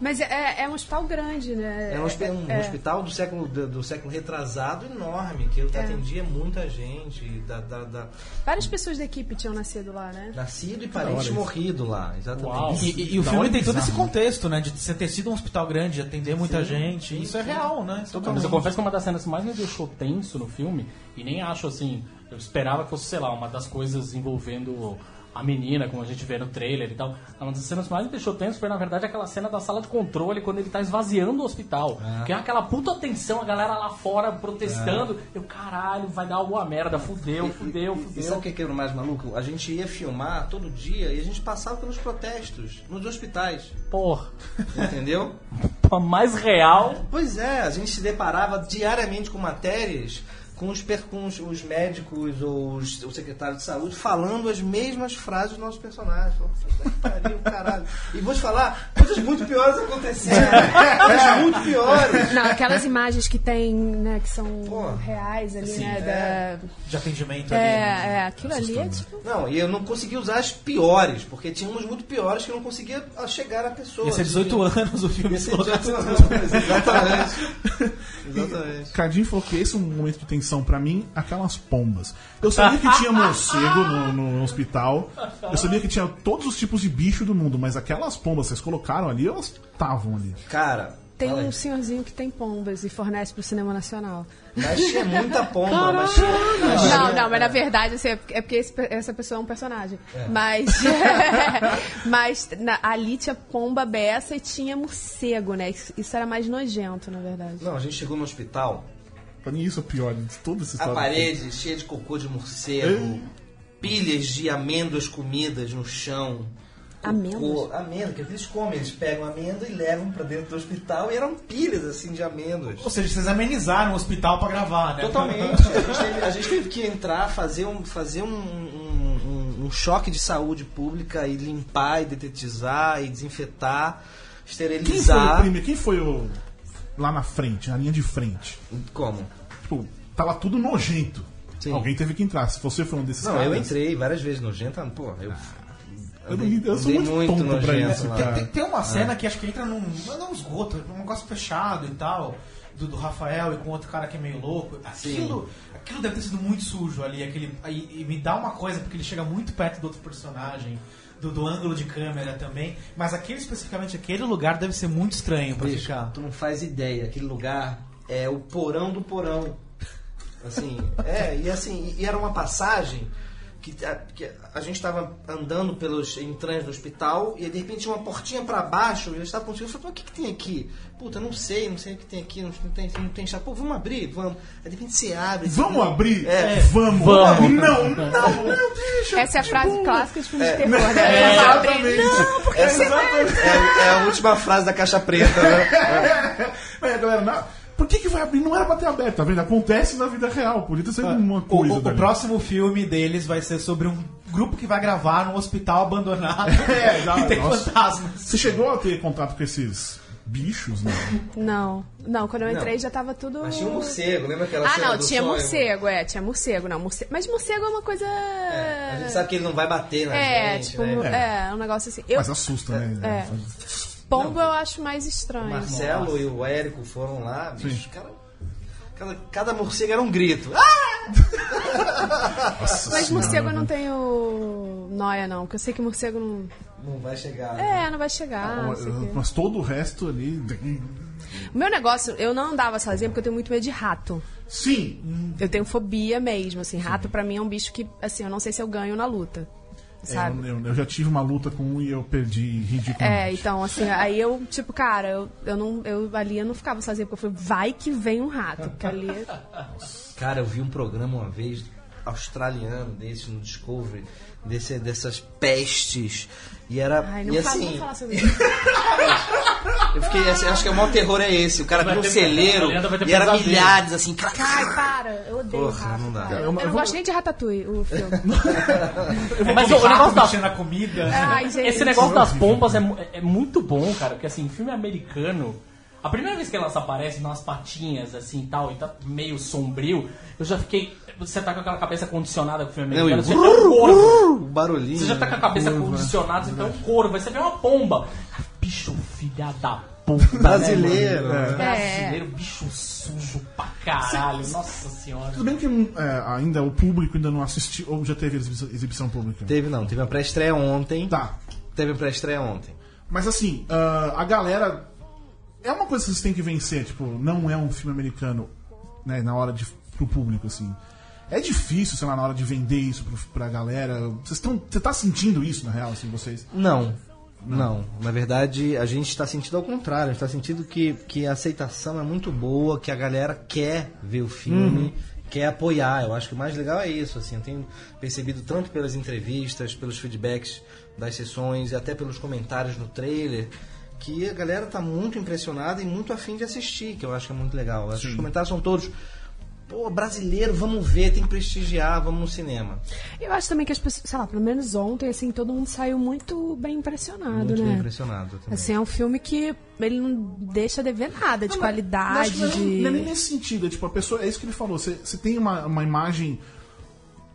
Speaker 1: Mas é, é um hospital grande, né?
Speaker 5: É um, hospi- um hospital do século, do, do século retrasado enorme, que atendia muita gente, da- da- da,
Speaker 1: É, Várias pessoas da equipe tinham nascido lá, né?
Speaker 5: Nascido e parente morrido lá, exatamente.
Speaker 4: Uau.
Speaker 6: E, e- e o
Speaker 3: Da
Speaker 6: filme
Speaker 3: hora
Speaker 6: tem
Speaker 3: é
Speaker 6: todo esse
Speaker 3: bizarro,
Speaker 6: contexto, né? De ser ter sido um hospital grande, de atender
Speaker 5: né?
Speaker 6: muita gente. isso é real, né? Isso
Speaker 4: Mas eu
Speaker 6: acontece.
Speaker 4: confesso que uma das cenas que mais me deixou tenso no filme, e nem acho assim, eu esperava que fosse, sei lá, uma das coisas envolvendo a menina, como a gente vê no trailer e tal. Uma das cenas que mais me deixou tenso foi, na verdade, aquela cena da sala de controle, quando ele tá esvaziando o hospital. Que é aquela puta tensão, a galera lá fora protestando. Eu, caralho, vai dar alguma merda, fudeu, fudeu,
Speaker 5: É. E- E, e sabe
Speaker 4: fudeu.
Speaker 5: o que que era o mais maluco? A gente ia filmar todo dia e a gente passava pelos protestos, nos hospitais,
Speaker 4: Porra,
Speaker 5: entendeu?
Speaker 4: a mais real.
Speaker 5: Pois é, a gente se deparava diariamente com matérias com os, per- com os- os médicos ou os, o secretário de saúde falando as mesmas frases dos nossos personagens. Falou, "Puta que pariu, caralho." E vou te falar, coisas muito piores aconteceram. Coisas muito piores.
Speaker 1: Não, aquelas imagens que tem, né, que são
Speaker 5: Pô,
Speaker 1: reais ali,
Speaker 5: sim,
Speaker 1: né?
Speaker 5: é.
Speaker 1: da-
Speaker 6: de atendimento ali. né?
Speaker 1: É, é, aquilo ali é tipo.
Speaker 5: Não, e eu não consegui usar as piores, porque tínhamos muito piores que eu não conseguia chegar à pessoa.
Speaker 6: Ia ser 18 anos o filme.
Speaker 5: Ia ser 18 anos, exatamente. Exatamente.
Speaker 3: Cardinho falou que esse é um momento de tensão pra mim, aquelas pombas. Eu sabia que tinha morcego no, no hospital, eu sabia que tinha todos os tipos de bicho do mundo, mas aquelas pombas que vocês colocaram ali, elas estavam ali.
Speaker 5: Cara,
Speaker 1: Tem
Speaker 5: fala aí.
Speaker 1: um senhorzinho que tem pombas e fornece pro cinema nacional.
Speaker 5: mas tinha muita pomba, mas tinha...
Speaker 1: Não, não, mas na verdade, assim, é porque- é porque esse pe- essa pessoa é um personagem. Mas, mas na- ali tinha pomba beça e tinha morcego, né? Isso isso era mais nojento, na verdade.
Speaker 5: Não, a gente chegou no hospital,
Speaker 3: Pra mim isso é o pior de toda essa
Speaker 5: a
Speaker 3: história.
Speaker 5: parede cheia de cocô de morcego, pilhas de amêndoas comidas no chão. cocô-
Speaker 1: Amêndoas?
Speaker 5: Amêndoa, que eles comem, eles pegam amêndoa e levam pra dentro do hospital e eram pilhas assim de amêndoas.
Speaker 6: Ou seja, vocês amenizaram o hospital pra gravar, né?
Speaker 5: É. Totalmente. A gente teve, a gente teve que entrar, fazer, um, fazer um, um- um- um choque de saúde pública e limpar, e detetizar, e desinfetar,
Speaker 3: Quem foi, o
Speaker 5: esterilizar.
Speaker 3: primeiro, quem foi o lá na frente, na linha de frente?
Speaker 5: Como?
Speaker 3: Tipo, tava tudo nojento.
Speaker 5: Sim.
Speaker 3: Alguém teve que entrar. Se você foi um desses
Speaker 5: Não,
Speaker 3: caras. Ah,
Speaker 5: eu entrei várias vezes nojenta, pô, eu.
Speaker 3: eu não- eu sou
Speaker 5: andei
Speaker 3: muito tonto pra isso,
Speaker 5: lá.
Speaker 6: Tem, tem- tem
Speaker 3: é.
Speaker 6: uma cena que acho que entra num. Não é um esgoto, é um negócio fechado e tal. Do, do Rafael e com outro cara que é meio louco. Aquilo, aquilo deve ter sido muito sujo ali. Aquele, aí- e, me dá uma coisa, porque ele chega muito perto do outro personagem. Do, do ângulo de câmera também. Mas aquele especificamente, aquele lugar deve ser muito estranho pra
Speaker 5: Bicho,
Speaker 6: ficar.
Speaker 5: tu não faz ideia, aquele lugar é o porão do porão. Assim, é, e assim, e era uma passagem que a, que a gente estava andando pelos entranhos do hospital e de repente tinha uma portinha para baixo e eu estava contigo e falei, "Pô, o que, que tem aqui? Puta, não sei, não sei o que tem aqui, não, não tem, não tem chave. Pô, vamos abrir? Vamos. Aí de repente você abre. você-
Speaker 3: Vamos abrir?
Speaker 5: É.
Speaker 3: Vamos.
Speaker 4: Vamos.
Speaker 3: Não, não, não, deixa.
Speaker 1: Essa é a
Speaker 3: de
Speaker 1: frase
Speaker 3: boa.
Speaker 1: clássica de filme de terror, né?
Speaker 3: É,
Speaker 1: Vamos abrir.
Speaker 3: exatamente. Não, porque é, exatamente.
Speaker 5: É, é a última frase da caixa preta, né?
Speaker 3: É, galera, na- por que, que vai abrir? Não era pra ter aberto, tá vendo? Acontece na vida real, podia ter sido
Speaker 5: Ah,
Speaker 3: uma
Speaker 6: O,
Speaker 3: coisa. tá
Speaker 6: o- o
Speaker 3: dali.
Speaker 6: próximo filme deles vai ser sobre um grupo que vai gravar num hospital abandonado
Speaker 3: É, já-
Speaker 6: e tem
Speaker 3: nossa.
Speaker 6: fantasmas.
Speaker 3: Você chegou a ter contato com esses bichos, né?
Speaker 1: Não, não, quando eu entrei
Speaker 5: Não.
Speaker 1: já tava tudo.
Speaker 5: Mas tinha um morcego, lembra aquela
Speaker 1: Ah,
Speaker 5: cena
Speaker 1: não,
Speaker 5: do
Speaker 1: tinha
Speaker 5: sonho?
Speaker 1: morcego, é, tinha morcego, não. Morcego, mas morcego é uma coisa.
Speaker 5: É, a gente sabe que ele não vai bater na
Speaker 1: É,
Speaker 5: gente,
Speaker 1: tipo,
Speaker 5: né?
Speaker 1: é, um negócio assim. Eu, É.
Speaker 3: Mas assusta, né?
Speaker 1: pombo eu acho mais estranho.
Speaker 5: Marcelo e o Érico foram lá, bicho, cara, cada, cada morcego era um grito. Ah!
Speaker 3: Nossa
Speaker 1: Mas
Speaker 3: Senhora.
Speaker 1: morcego
Speaker 5: né?
Speaker 1: eu não tenho noia, não, porque eu sei que morcego não.
Speaker 5: Não vai chegar.
Speaker 1: É, não vai chegar. não sei o quê.
Speaker 3: Mas todo o resto ali.
Speaker 1: O meu negócio, eu não andava sozinha porque eu tenho muito medo de rato.
Speaker 3: Sim,
Speaker 1: Eu tenho fobia mesmo, assim. Rato pra mim é um bicho que, assim, eu não sei se eu ganho na luta. Sabe?
Speaker 3: É, eu, eu- eu já tive uma luta com um e eu perdi
Speaker 1: É,
Speaker 3: ridiculamente.
Speaker 1: então, assim, aí eu, tipo, cara, eu, eu não, eu ali eu não ficava sozinha, porque eu falei, vai que vem um rato, porque ali
Speaker 5: Cara, eu vi um programa uma vez australiano desse no Discovery, desse, dessas pestes. E era.
Speaker 1: Ai, não
Speaker 5: e
Speaker 1: fala,
Speaker 5: assim,
Speaker 1: não fala sobre isso.
Speaker 5: eu fiquei assim, acho que o maior terror é esse. O cara
Speaker 4: Vai
Speaker 5: viu um
Speaker 4: ter-
Speaker 5: celeiro
Speaker 4: Leandro vai ter
Speaker 5: e era
Speaker 4: pesadelo.
Speaker 5: milhares, assim, cra-
Speaker 1: Ai, para, eu odeio
Speaker 5: Porra,
Speaker 1: rato.
Speaker 5: não dá.
Speaker 1: cara.
Speaker 3: É, eu-
Speaker 1: Eu,
Speaker 3: eu
Speaker 1: não
Speaker 3: vou-
Speaker 1: gosto nem de Ratatouille, o filme.
Speaker 4: Mas o, o negócio da
Speaker 6: um
Speaker 4: É.
Speaker 6: mexendo na comida.
Speaker 1: Ai, gente.
Speaker 4: Esse negócio das pombas é, mu- é muito bom, cara, porque assim, filme americano. A primeira vez que elas aparecem nas patinhas, assim e tal, e tá meio sombrio, eu já fiquei. Você tá com aquela cabeça condicionada com o filme
Speaker 5: Não, e
Speaker 4: americano, você é um corvo.
Speaker 5: o barulhinho.
Speaker 4: Você já tá com a cabeça condicionada, você tem um corvo, aí você vê uma pomba. Ah, Bicho, filha da puta. né,
Speaker 5: Brasileiro,
Speaker 4: mano?
Speaker 5: né?
Speaker 1: É.
Speaker 4: Brasileiro, bicho sujo pra caralho. Nossa senhora.
Speaker 3: Tudo bem que é, ainda o público ainda não assistiu, ou já teve exibição, exibição pública.
Speaker 5: Teve não, teve uma pré-estreia ontem.
Speaker 3: Tá.
Speaker 5: Teve uma pré-estreia ontem.
Speaker 3: Mas assim, ah, a galera. É uma coisa que vocês têm que vencer, tipo, não é um filme americano, né, na hora de pro público, assim. É difícil, sei lá, na hora de vender isso pro, pra galera. Vocês tão, você tá sentindo isso, na real, assim, vocês?
Speaker 5: Não. Não. Na verdade, a gente está sentindo ao contrário. A gente está sentindo que, que a aceitação é muito boa, que a galera quer ver o filme, quer apoiar. Eu acho que o mais legal é isso. Assim, eu tenho percebido tanto pelas entrevistas, pelos feedbacks das sessões e até pelos comentários no trailer que a galera tá muito impressionada e muito afim de assistir, que eu acho que é muito legal. Eu acho que Os comentários são todos. Pô, brasileiro, vamos ver, tem que prestigiar, vamos no cinema.
Speaker 1: Eu acho também que as pessoas, sei lá, pelo menos ontem, assim, todo mundo saiu muito bem impressionado,
Speaker 5: Muito
Speaker 1: né?
Speaker 5: bem impressionado também.
Speaker 1: Assim, é um filme que ele não deixa dever nada de
Speaker 3: Mas acho
Speaker 1: qualidade,
Speaker 3: que não é nem-
Speaker 1: de...
Speaker 3: Não é nem nesse sentido, é tipo, a pessoa. É isso que ele falou. Você, você tem uma, uma imagem.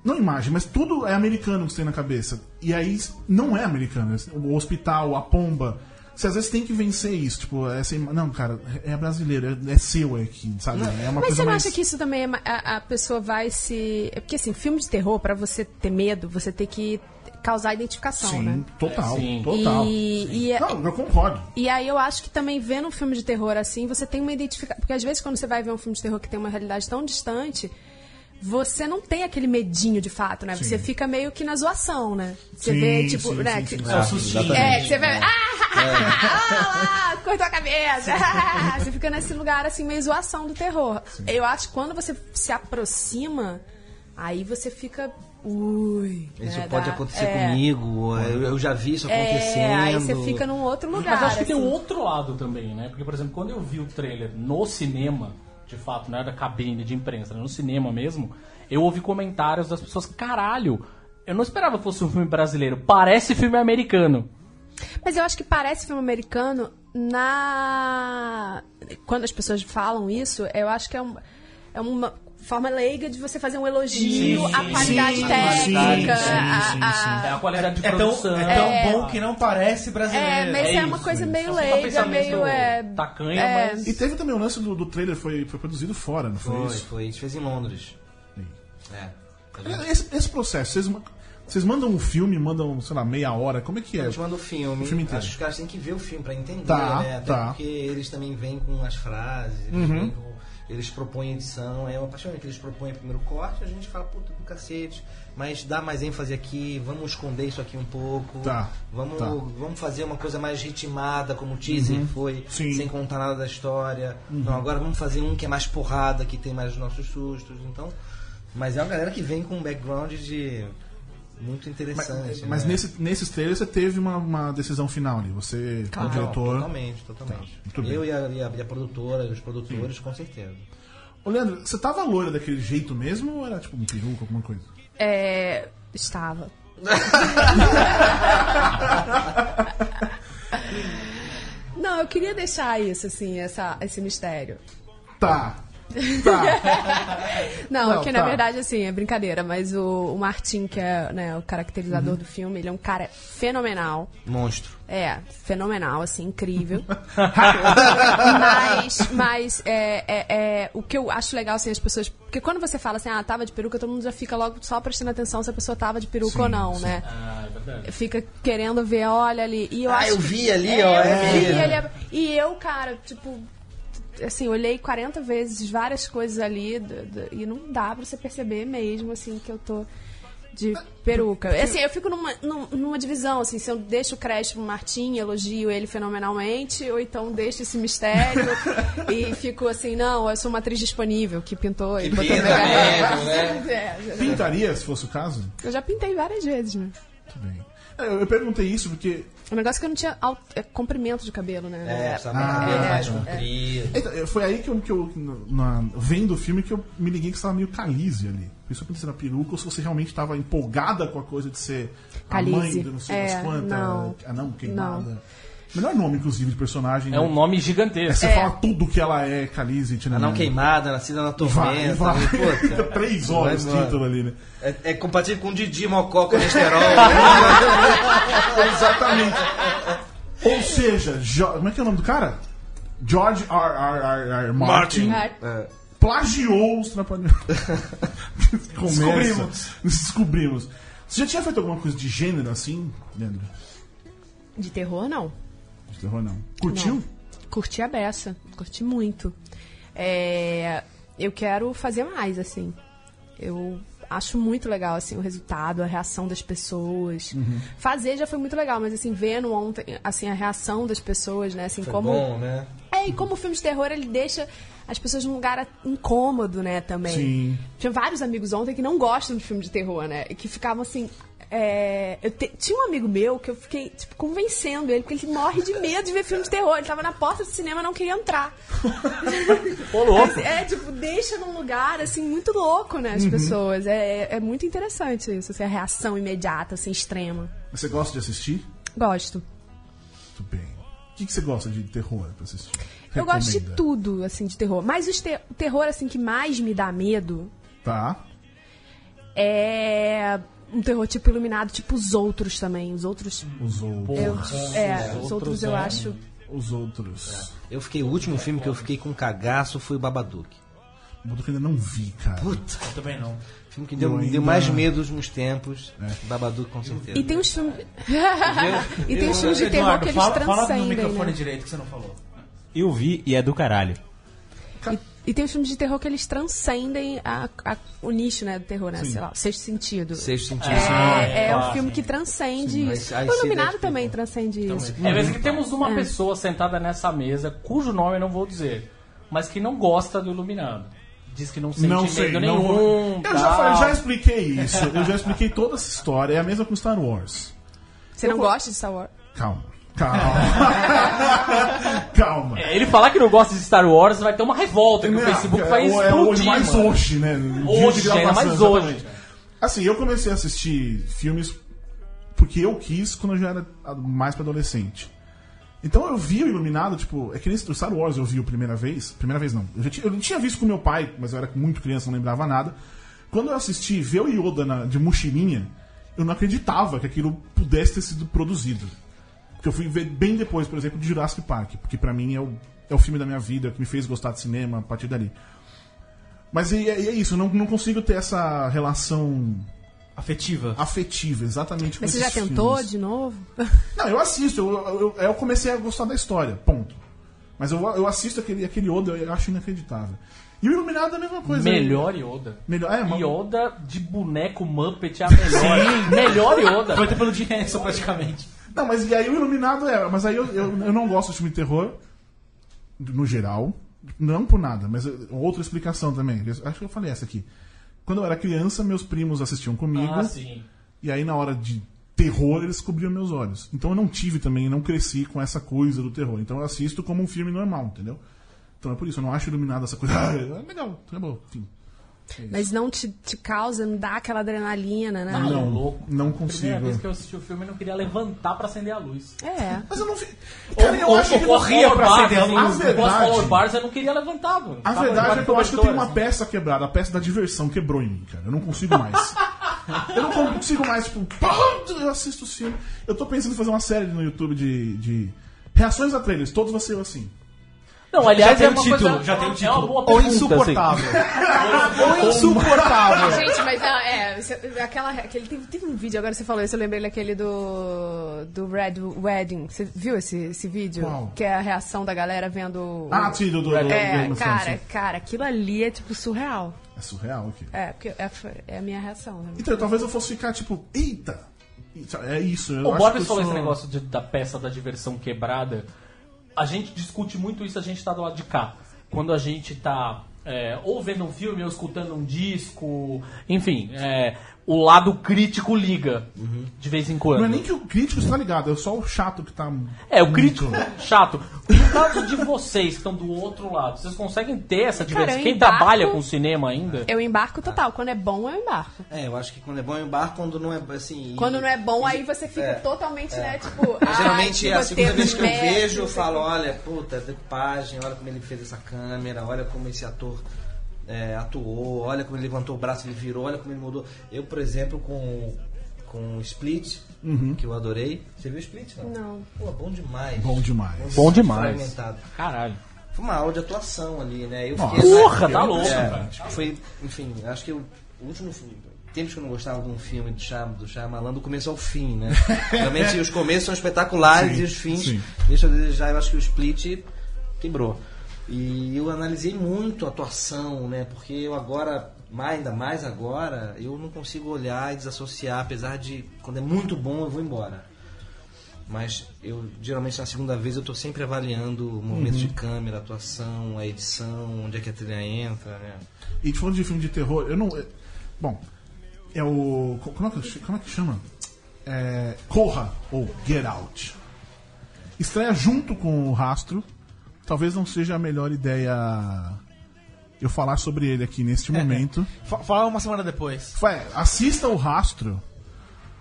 Speaker 3: Não imagem, mas tudo é americano que você tem na cabeça. E aí não é americano. O hospital, a pomba. Você às vezes tem que vencer isso. Tipo, essa ima- Não, cara, é brasileiro, é, é seu aqui, sabe? é uma
Speaker 1: Mas
Speaker 3: coisa
Speaker 1: você não
Speaker 3: mais...
Speaker 1: acha que isso também é ma- a, a pessoa vai se. É porque assim, filme de terror, pra você ter medo, você tem que causar identificação,
Speaker 3: Sim,
Speaker 1: né?
Speaker 3: total,
Speaker 4: É, sim.
Speaker 3: total.
Speaker 1: E, e é-
Speaker 3: Não, eu concordo.
Speaker 1: e aí eu acho que também vendo um filme de terror assim, você tem uma identificação. Porque às vezes quando você vai ver um filme de terror que tem uma realidade tão distante, você não tem aquele medinho de fato, né? Você fica meio que na zoação, né? Você
Speaker 3: Sim,
Speaker 1: vê, tipo,
Speaker 3: sim,
Speaker 1: né?
Speaker 3: sim, sim,
Speaker 1: que-
Speaker 3: sim.
Speaker 6: É o sustinho.
Speaker 1: é, que você vai. Ah, ah, lá, cortou a cabeça. Ah, você fica nesse lugar assim, meio zoação do terror. Eu acho que quando você se aproxima, aí você fica. Ui.
Speaker 5: Isso
Speaker 1: né,
Speaker 5: pode
Speaker 1: dá-
Speaker 5: acontecer
Speaker 1: é,
Speaker 5: comigo, eu, eu já vi isso acontecendo.
Speaker 1: É, aí você fica num outro lugar.
Speaker 4: Mas acho que tem um
Speaker 1: assim.
Speaker 4: outro lado também, né? Porque, por exemplo, quando eu vi o trailer no cinema, de fato, não era da cabine de imprensa, era no cinema mesmo, eu ouvi comentários das pessoas, caralho, eu não esperava que fosse um filme brasileiro, parece filme americano. um-
Speaker 1: Mas eu acho que parece filme americano na. Quando as pessoas falam isso, eu acho que é, um- é uma forma leiga de você fazer um elogio
Speaker 4: Sim,
Speaker 1: à
Speaker 4: sim,
Speaker 1: qualidade
Speaker 4: sim,
Speaker 1: técnica.
Speaker 4: sim,
Speaker 1: a- a-
Speaker 4: É a qualidade de
Speaker 6: É tão,
Speaker 4: produção.
Speaker 6: é tão bom que não parece
Speaker 1: É,
Speaker 6: brasileiro.
Speaker 1: mas é,
Speaker 4: É
Speaker 1: uma
Speaker 4: isso,
Speaker 1: coisa
Speaker 4: isso.
Speaker 1: meio
Speaker 4: Só fica
Speaker 1: leiga,
Speaker 4: pensamento
Speaker 1: meio. É,
Speaker 4: tacanho,
Speaker 1: é,
Speaker 4: mas-
Speaker 3: E teve também o lance do, do trailer, foi, foi produzido fora, não foi,
Speaker 5: Foi,
Speaker 3: isso?
Speaker 5: foi. A gente fez em Londres.
Speaker 3: Sim.
Speaker 5: É.
Speaker 3: Esse, esse processo, vocês, ma- vocês mandam um filme, mandam, sei lá, meia hora, como é que
Speaker 5: A
Speaker 3: é?
Speaker 5: gente manda o filme.
Speaker 3: O filme inteiro.
Speaker 5: acho que os caras têm que ver o filme pra entender,
Speaker 3: Tá,
Speaker 5: né? Até
Speaker 3: tá. Uhum.
Speaker 5: porque eles também vêm com as frases, eles, vêm com- eles propõem edição. É uma paixão que eles propõem o primeiro corte, a gente fala, puta do cacete, mas dá mais ênfase aqui, vamos esconder isso aqui um pouco.
Speaker 3: Tá,
Speaker 5: Vamos,
Speaker 3: tá. Uhum.
Speaker 5: vamos fazer uma coisa mais ritmada, como o teaser foi,
Speaker 3: Sim. Uhum.
Speaker 5: sem contar nada da história. Não, agora vamos fazer um que é mais porrada, que tem mais os nossos sustos, então. Mas é uma galera que vem com um background de. Muito interessante.
Speaker 3: Mas, mas
Speaker 5: né?
Speaker 3: nesse, nesses trailers você teve uma, uma decisão final ali. Você,
Speaker 5: Total,
Speaker 3: o diretor.
Speaker 5: Totalmente, totalmente.
Speaker 3: Tá, muito
Speaker 5: eu e a, e a- e a produtora, os produtores, com certeza.
Speaker 3: Ô, Leandro, você tava loira daquele jeito mesmo ou era tipo um peruca, alguma coisa?
Speaker 1: é, estava. Não, eu queria deixar isso, assim, essa, esse mistério.
Speaker 3: Tá. Tá.
Speaker 1: Não,
Speaker 3: Não,
Speaker 1: é que
Speaker 3: tá.
Speaker 1: na verdade, assim, é brincadeira, mas o, o Martin, que é né, o caracterizador do filme, ele é um cara fenomenal.
Speaker 5: Monstro.
Speaker 1: É, fenomenal, assim, incrível. mas mas é, é- é, o que eu acho legal, assim, as pessoas. Porque quando você fala assim, ah, tava de peruca, todo mundo já fica logo só prestando atenção se a pessoa tava de peruca ou não, né?
Speaker 4: Ah, é verdade.
Speaker 1: Fica querendo ver, olha ali. E eu
Speaker 5: Ah,
Speaker 1: acho
Speaker 5: eu
Speaker 1: que-
Speaker 5: vi ali,
Speaker 1: É,
Speaker 5: ó,
Speaker 1: eu
Speaker 5: é
Speaker 1: vi,
Speaker 5: mesmo.
Speaker 1: ele é- E eu, cara, tipo. Assim, olhei 40 vezes várias coisas ali do- do- e não dá pra você perceber mesmo, assim, que eu tô de peruca. Assim, eu fico numa, num- numa divisão, assim, se eu deixo o crédito pro Martim, elogio ele fenomenalmente, ou então deixo esse mistério e fico assim, não, eu sou uma atriz disponível que pintou e botou
Speaker 5: pinta né?
Speaker 1: minha
Speaker 5: mesmo,
Speaker 1: cara. É,
Speaker 3: Pintaria, se fosse o caso?
Speaker 1: eu já pintei várias vezes, né?
Speaker 3: Tudo bem. É, Eu, eu perguntei isso porque.
Speaker 1: O negócio é que eu não tinha alt- é, comprimento de cabelo, né?
Speaker 5: É, sabe,
Speaker 3: Ah,
Speaker 5: cabelo mais comprido.
Speaker 3: Então, é, Foi aí que eu, que eu na, vendo o filme, que eu me liguei que você tava meio calize ali. Por isso eu pensei na peruca, ou se você realmente tava empolgada com a coisa de ser a mãe
Speaker 1: Calize.
Speaker 3: do não sei
Speaker 1: É,
Speaker 3: das quantas.
Speaker 1: não.
Speaker 3: Ah, não, queimada. Melhor nome, inclusive, de personagem.
Speaker 4: É
Speaker 3: né?
Speaker 4: um nome
Speaker 3: É,
Speaker 4: gigantesco.
Speaker 3: você fala tudo que ela é, Calize, Tina
Speaker 5: A Ah, não
Speaker 3: Turner.
Speaker 5: queimada, nascida na
Speaker 3: Vai,
Speaker 5: tormenta.
Speaker 3: vai.
Speaker 5: né? Puta.
Speaker 3: Três horas o
Speaker 5: Vai embora.
Speaker 3: título ali, né?
Speaker 5: É, é compatível com Didi, Mocó, colesterol. né?
Speaker 3: Exatamente. Ou seja, Jo- como é que é o nome do cara? George R. R. R. R. Martin,
Speaker 1: Martin.
Speaker 5: É.
Speaker 3: plagiou os Trapalhões. Descobrimos. Descobrimos. Você já tinha feito alguma coisa de gênero assim, Leandro?
Speaker 1: De terror, não.
Speaker 3: De terror, não. Curtiu?
Speaker 1: Curti a beça. Curti muito. É, Eu quero fazer mais, assim. Eu acho muito legal, assim, o resultado, a reação das pessoas.
Speaker 5: Uhum.
Speaker 1: Fazer já foi muito legal, mas, assim, vendo ontem, assim, a reação das pessoas, né? Assim,
Speaker 5: Foi
Speaker 1: como...
Speaker 5: bom, né?
Speaker 1: É, e como o filme de terror, ele deixa as pessoas num lugar incômodo, né, também.
Speaker 3: Sim.
Speaker 1: Tinha vários amigos ontem que não gostam de filme de terror, né? E que ficavam assim. é, eu te- tinha um amigo meu que eu fiquei, tipo, convencendo ele, porque ele morre de medo de ver filme de terror. Ele tava na porta do cinema e não queria entrar.
Speaker 4: Ô,
Speaker 3: Oh.
Speaker 4: louco.
Speaker 1: É, tipo, deixa num lugar, assim, muito louco, né,
Speaker 3: Uhum.
Speaker 1: as pessoas. É, é muito interessante isso, assim, a reação imediata, assim, extrema.
Speaker 3: Você gosta de assistir?
Speaker 1: Gosto.
Speaker 3: Muito bem. O que, que você gosta de terror pra assistir?
Speaker 1: Eu gosto de
Speaker 3: Recomenda.
Speaker 1: tudo, assim, de terror. Mas o te- o terror, assim, que mais me dá medo
Speaker 3: Tá.
Speaker 1: É um terror tipo iluminado, tipo os outros também. Os outros.
Speaker 3: Os outros.
Speaker 1: Eu, é, os
Speaker 4: Os
Speaker 1: outros
Speaker 4: Outros
Speaker 1: eu
Speaker 4: é-
Speaker 1: acho.
Speaker 3: Os outros.
Speaker 5: Eu fiquei, o último filme que eu fiquei com cagaço foi o Babadook.
Speaker 3: O outro que eu ainda não vi, cara.
Speaker 5: Puta,
Speaker 6: Eu também não.
Speaker 5: filme que deu,
Speaker 3: Eu
Speaker 5: me
Speaker 3: ainda- É.
Speaker 5: deu mais medo nos últimos tempos. Babadook, com certeza.
Speaker 1: E tem uns filmes. e tem uns filmes de terror
Speaker 6: Eduardo,
Speaker 1: que eles
Speaker 6: fala, fala no
Speaker 1: transcendem.
Speaker 6: microfone
Speaker 1: né?
Speaker 6: direito que você não falou.
Speaker 7: Eu vi e é do caralho.
Speaker 1: E, e tem uns filmes de terror que eles transcendem a- a- o nicho, né, do terror, né? Sei lá, o sexto sentido.
Speaker 5: Sexto sentido.
Speaker 1: É, é
Speaker 6: claro,
Speaker 1: um filme que transcende
Speaker 5: Sim, mas
Speaker 1: isso.
Speaker 5: aí
Speaker 1: o
Speaker 5: se
Speaker 1: Iluminado
Speaker 5: identifica.
Speaker 1: também transcende isso.
Speaker 4: É
Speaker 3: Uhum.
Speaker 4: mesmo que temos uma pessoa sentada nessa mesa, cujo nome eu não vou dizer, mas que não gosta do Iluminado. Diz que não sente
Speaker 3: Não
Speaker 4: medo
Speaker 3: sei, não
Speaker 4: nenhum. Hum, tá.
Speaker 3: Eu já,
Speaker 4: tal.
Speaker 3: falei, já expliquei isso. Eu já expliquei toda essa história. É a mesma com Star Wars.
Speaker 1: Você não gosta de Star Wars?
Speaker 3: Calma. Calma. Calma.
Speaker 4: É, Ele falar que não gosta de Star Wars vai ter uma revolta que o Facebook
Speaker 3: é,
Speaker 4: vai
Speaker 3: é hoje
Speaker 4: explodir.
Speaker 3: mais
Speaker 4: mano.
Speaker 3: hoje, né? No dia
Speaker 4: Hoje,
Speaker 3: de
Speaker 4: ainda
Speaker 3: gravação,
Speaker 4: mais hoje.
Speaker 3: exatamente. Assim, eu comecei a assistir filmes porque eu quis quando eu já era a- mais pra adolescente. Então eu vi o Iluminado, tipo, é que nem o Star Wars eu vi a primeira vez. Primeira vez não. Eu, já tinha, eu não tinha visto com meu pai, mas eu era muito criança, não lembrava nada. Quando eu assisti ver o Yoda na- de mochilinha, eu não acreditava que aquilo pudesse ter sido produzido. Porque eu fui ver bem depois, por exemplo, de Jurassic Park, porque pra mim é o, é o filme da minha vida, que me fez gostar de cinema a partir dali. Mas e é, e é isso, eu não, não consigo ter essa relação
Speaker 6: Afetiva.
Speaker 3: afetiva, exatamente com
Speaker 1: Mas você já
Speaker 3: esses
Speaker 1: tentou
Speaker 3: filmes.
Speaker 1: de novo?
Speaker 3: Não, eu assisto, eu, eu, eu- eu comecei a gostar da história, ponto. Mas eu, eu assisto aquele, aquele Oda, eu acho inacreditável. E o Iluminado é a mesma coisa.
Speaker 4: Melhor Yoda.
Speaker 3: Melhor, é, uma-
Speaker 4: Yoda de boneco Muppet é a melhor. melhor Yoda.
Speaker 6: Foi até pelo dinheiro, praticamente.
Speaker 3: Não, mas e aí o Iluminado é. Mas aí eu, eu, eu não gosto de filme de terror, no geral. Não por nada, mas eu- outra explicação também. Eu acho que eu falei essa aqui. Quando eu era criança, meus primos assistiam comigo.
Speaker 4: Ah, sim.
Speaker 3: E aí, na hora de terror, eles cobriam meus olhos. Então eu não tive também, não cresci com essa coisa do terror. Então eu assisto como um filme normal, entendeu? Então é por isso, eu não acho iluminado essa coisa. Ah, é legal, tá bom, enfim.
Speaker 1: Mas não te, te causa, não dá aquela adrenalina, né?
Speaker 4: Não.
Speaker 3: Não,
Speaker 4: Ah, louco.
Speaker 3: não
Speaker 4: Primeira
Speaker 3: consigo.
Speaker 4: vez que eu assisti o filme, eu não queria levantar pra acender a luz.
Speaker 1: É.
Speaker 3: Mas eu não vi. Cara, eu
Speaker 4: Ou-
Speaker 3: acho
Speaker 4: ou-
Speaker 3: que
Speaker 4: ou
Speaker 3: corria
Speaker 4: Color
Speaker 6: pra
Speaker 4: Bars,
Speaker 6: acender a
Speaker 4: assim,
Speaker 3: luz.
Speaker 4: ou
Speaker 3: A verdade-
Speaker 4: Color Bars eu não queria levantar, mano. Tá,
Speaker 3: A
Speaker 4: Tava
Speaker 3: verdade é
Speaker 4: debaixo
Speaker 3: que eu
Speaker 4: do
Speaker 3: acho que eu tenho
Speaker 4: cobertor,
Speaker 3: uma peça quebrada. A peça da diversão quebrou em mim, cara. Eu não consigo mais. eu não consigo mais, tipo, pronto, eu assisto os filmes. Eu tô pensando em fazer uma série no YouTube de. de reações a trailers, todos você eu assim.
Speaker 4: Não, aliás,
Speaker 6: tem
Speaker 4: é
Speaker 6: o
Speaker 4: uma
Speaker 6: título,
Speaker 4: coisa,
Speaker 6: já tem o
Speaker 4: é
Speaker 6: título.
Speaker 4: uma boa
Speaker 6: Ou
Speaker 4: pergunta,
Speaker 6: insuportável. assim. Ou insuportável.
Speaker 1: Gente, mas não, é, isso- aquela, aquele, teve, teve um vídeo, agora você falou isso, eu lembrei daquele do, do Red Wedding. Você viu esse, esse vídeo?
Speaker 3: Qual?
Speaker 1: Que é a reação da galera vendo... o-
Speaker 3: Ah, sim, do, do, do
Speaker 1: é,
Speaker 3: do- do-
Speaker 1: cara, cara, aquilo ali é tipo surreal.
Speaker 3: É surreal, ok.
Speaker 1: É, porque é, é a minha reação. né?
Speaker 3: Então, talvez eu fosse ficar tipo, eita! Isso- É isso, eu
Speaker 4: O
Speaker 3: acho que
Speaker 4: Boris
Speaker 3: eu
Speaker 4: falou
Speaker 3: sou-
Speaker 4: esse negócio de- da peça da diversão quebrada. A gente discute muito isso, a gente tá do lado de cá. Quando a gente tá é, ou vendo um filme, ou escutando um disco, enfim, é, o lado crítico liga de vez em quando.
Speaker 3: Não é nem que o crítico está ligado, é só o chato que tá.
Speaker 4: É, o crítico,
Speaker 3: muito-
Speaker 4: chato. No caso de vocês que estão do outro lado, vocês conseguem ter essa
Speaker 1: Cara,
Speaker 4: diversão?
Speaker 1: eu
Speaker 4: Quem
Speaker 1: embarco-
Speaker 4: trabalha com cinema ainda?
Speaker 1: Eu embarco total, quando é bom eu embarco.
Speaker 5: É, eu acho que quando é bom eu embarco, quando não é assim.
Speaker 1: Quando não é bom, aí você fica totalmente, né, tipo... ai,
Speaker 5: é. Geralmente
Speaker 1: que
Speaker 5: é a segunda
Speaker 1: roteiro
Speaker 5: vez que eu
Speaker 1: merda,
Speaker 5: vejo, eu
Speaker 1: não sei
Speaker 5: falo,
Speaker 1: o quê.
Speaker 5: olha, puta, decupagem, olha como ele fez essa câmera, olha como esse ator é, atuou, olha como ele levantou o braço, ele virou, olha como ele mudou. Eu, por exemplo, com com o Split, que eu adorei. Você viu o Split? Não.
Speaker 1: Não.
Speaker 5: Pô, bom demais.
Speaker 3: Bom demais.
Speaker 7: Bom demais.
Speaker 5: Fragmentado.
Speaker 4: Caralho.
Speaker 5: Foi uma aula de atuação ali, né? Eu
Speaker 3: Nossa.
Speaker 5: fiquei-
Speaker 4: Porra,
Speaker 5: eu-
Speaker 4: tá louco,
Speaker 5: é,
Speaker 4: cara.
Speaker 5: Foi, enfim, acho que eu- o último filme. Tempos que eu não gostava de um filme do Cham, do Shyamalan, do começo ao fim, né? Realmente os começos são espetaculares
Speaker 3: Sim,
Speaker 5: e os fins
Speaker 3: sim.
Speaker 5: deixa eu desejar. Eu acho que o Split quebrou. E eu analisei muito a atuação, né? Porque eu agora Mas ainda mais agora, eu não consigo olhar e desassociar, apesar de quando é muito bom eu vou embora. Mas eu geralmente na segunda vez eu tô sempre avaliando o
Speaker 3: Uhum.
Speaker 5: movimento de câmera, a atuação, a edição, onde é que a trilha entra, né?
Speaker 3: E te falando de filme de terror, eu não. é- bom, é o. co- Como é que, como é que chama? É, Corra ou Get Out. Estreia junto com o Rastro. Talvez não seja a melhor ideia eu falar sobre ele aqui neste momento.
Speaker 6: Fa- Fala uma semana depois.
Speaker 3: Fé, assista o Rastro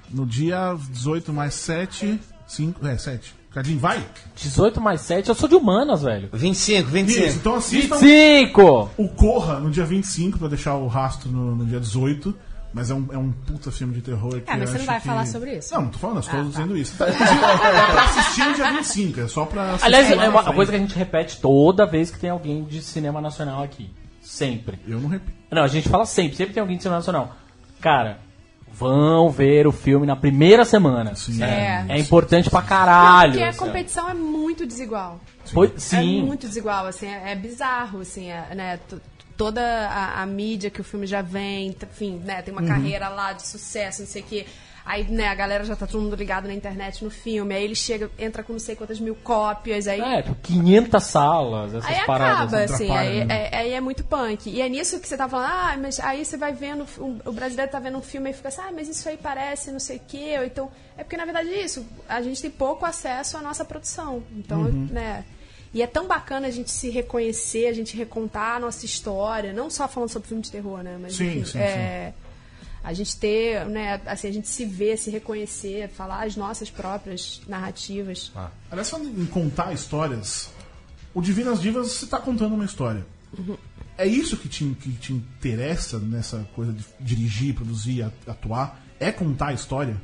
Speaker 3: no dia 18 mais 7. 5, é, 7. Cadinho, vai!
Speaker 4: 18 mais 7, eu sou de humanas, velho.
Speaker 5: 25, 25.
Speaker 3: Isso, então assistam.
Speaker 4: 5!
Speaker 3: O Corra no dia 25, pra deixar o rastro no, no dia 18. Mas é um, é um puta filme de terror. Que
Speaker 1: É, mas
Speaker 3: eu
Speaker 1: você não
Speaker 3: acho
Speaker 1: vai
Speaker 3: que-
Speaker 1: falar sobre isso. Ah,
Speaker 3: Não, não tô falando, eu só tô dizendo isso. Tá, inclusive, é pra assistir no dia 25, é só pra assistir.
Speaker 4: Aliás,
Speaker 3: lá
Speaker 4: é
Speaker 3: na
Speaker 4: uma
Speaker 3: frente.
Speaker 4: coisa que a gente repete toda vez que tem alguém de cinema nacional aqui. Sempre.
Speaker 3: Eu não repito.
Speaker 4: Não, a gente fala sempre, sempre tem alguém de cinema nacional. Cara, vão ver o filme na primeira semana.
Speaker 3: Sim.
Speaker 1: É.
Speaker 4: É importante pra caralho.
Speaker 1: Porque a
Speaker 4: sabe?
Speaker 1: competição é muito desigual.
Speaker 4: Pois-
Speaker 1: É
Speaker 4: sim.
Speaker 1: muito desigual, assim, é, é bizarro, assim, é, né? t- Toda a, a mídia que o filme já vem, t- enfim, né? Tem uma carreira lá de sucesso, não sei o quê. Aí, né, a galera já tá todo mundo ligado na internet no filme. Aí ele chega, entra com não sei quantas mil cópias, aí.
Speaker 4: É, tipo, 500 salas, essas
Speaker 1: Aí
Speaker 4: paradas.
Speaker 1: acaba,
Speaker 4: né?
Speaker 1: assim,
Speaker 3: atrapalha,
Speaker 1: aí,
Speaker 3: né?
Speaker 1: é- aí é muito punk. E é nisso que você tá falando, ah, mas aí você vai vendo, um- o brasileiro tá vendo um filme e fica assim, ah, mas isso aí parece não sei o quê, ou então... É porque, na verdade, é isso, a gente tem pouco acesso à nossa produção, então,
Speaker 3: Uhum.
Speaker 1: né... E é tão bacana a gente se reconhecer, a gente recontar a nossa história, não só falando sobre filme de terror, né? Mas,
Speaker 3: Sim,
Speaker 1: enfim,
Speaker 3: sim,
Speaker 1: é, A gente ter, né, assim, a gente se ver, se reconhecer, falar as nossas próprias narrativas.
Speaker 3: Aliás, falando em contar histórias, o Divinas Divas, você tá contando uma história. É isso que te, que te interessa nessa coisa de dirigir, produzir, a- atuar? É contar a história?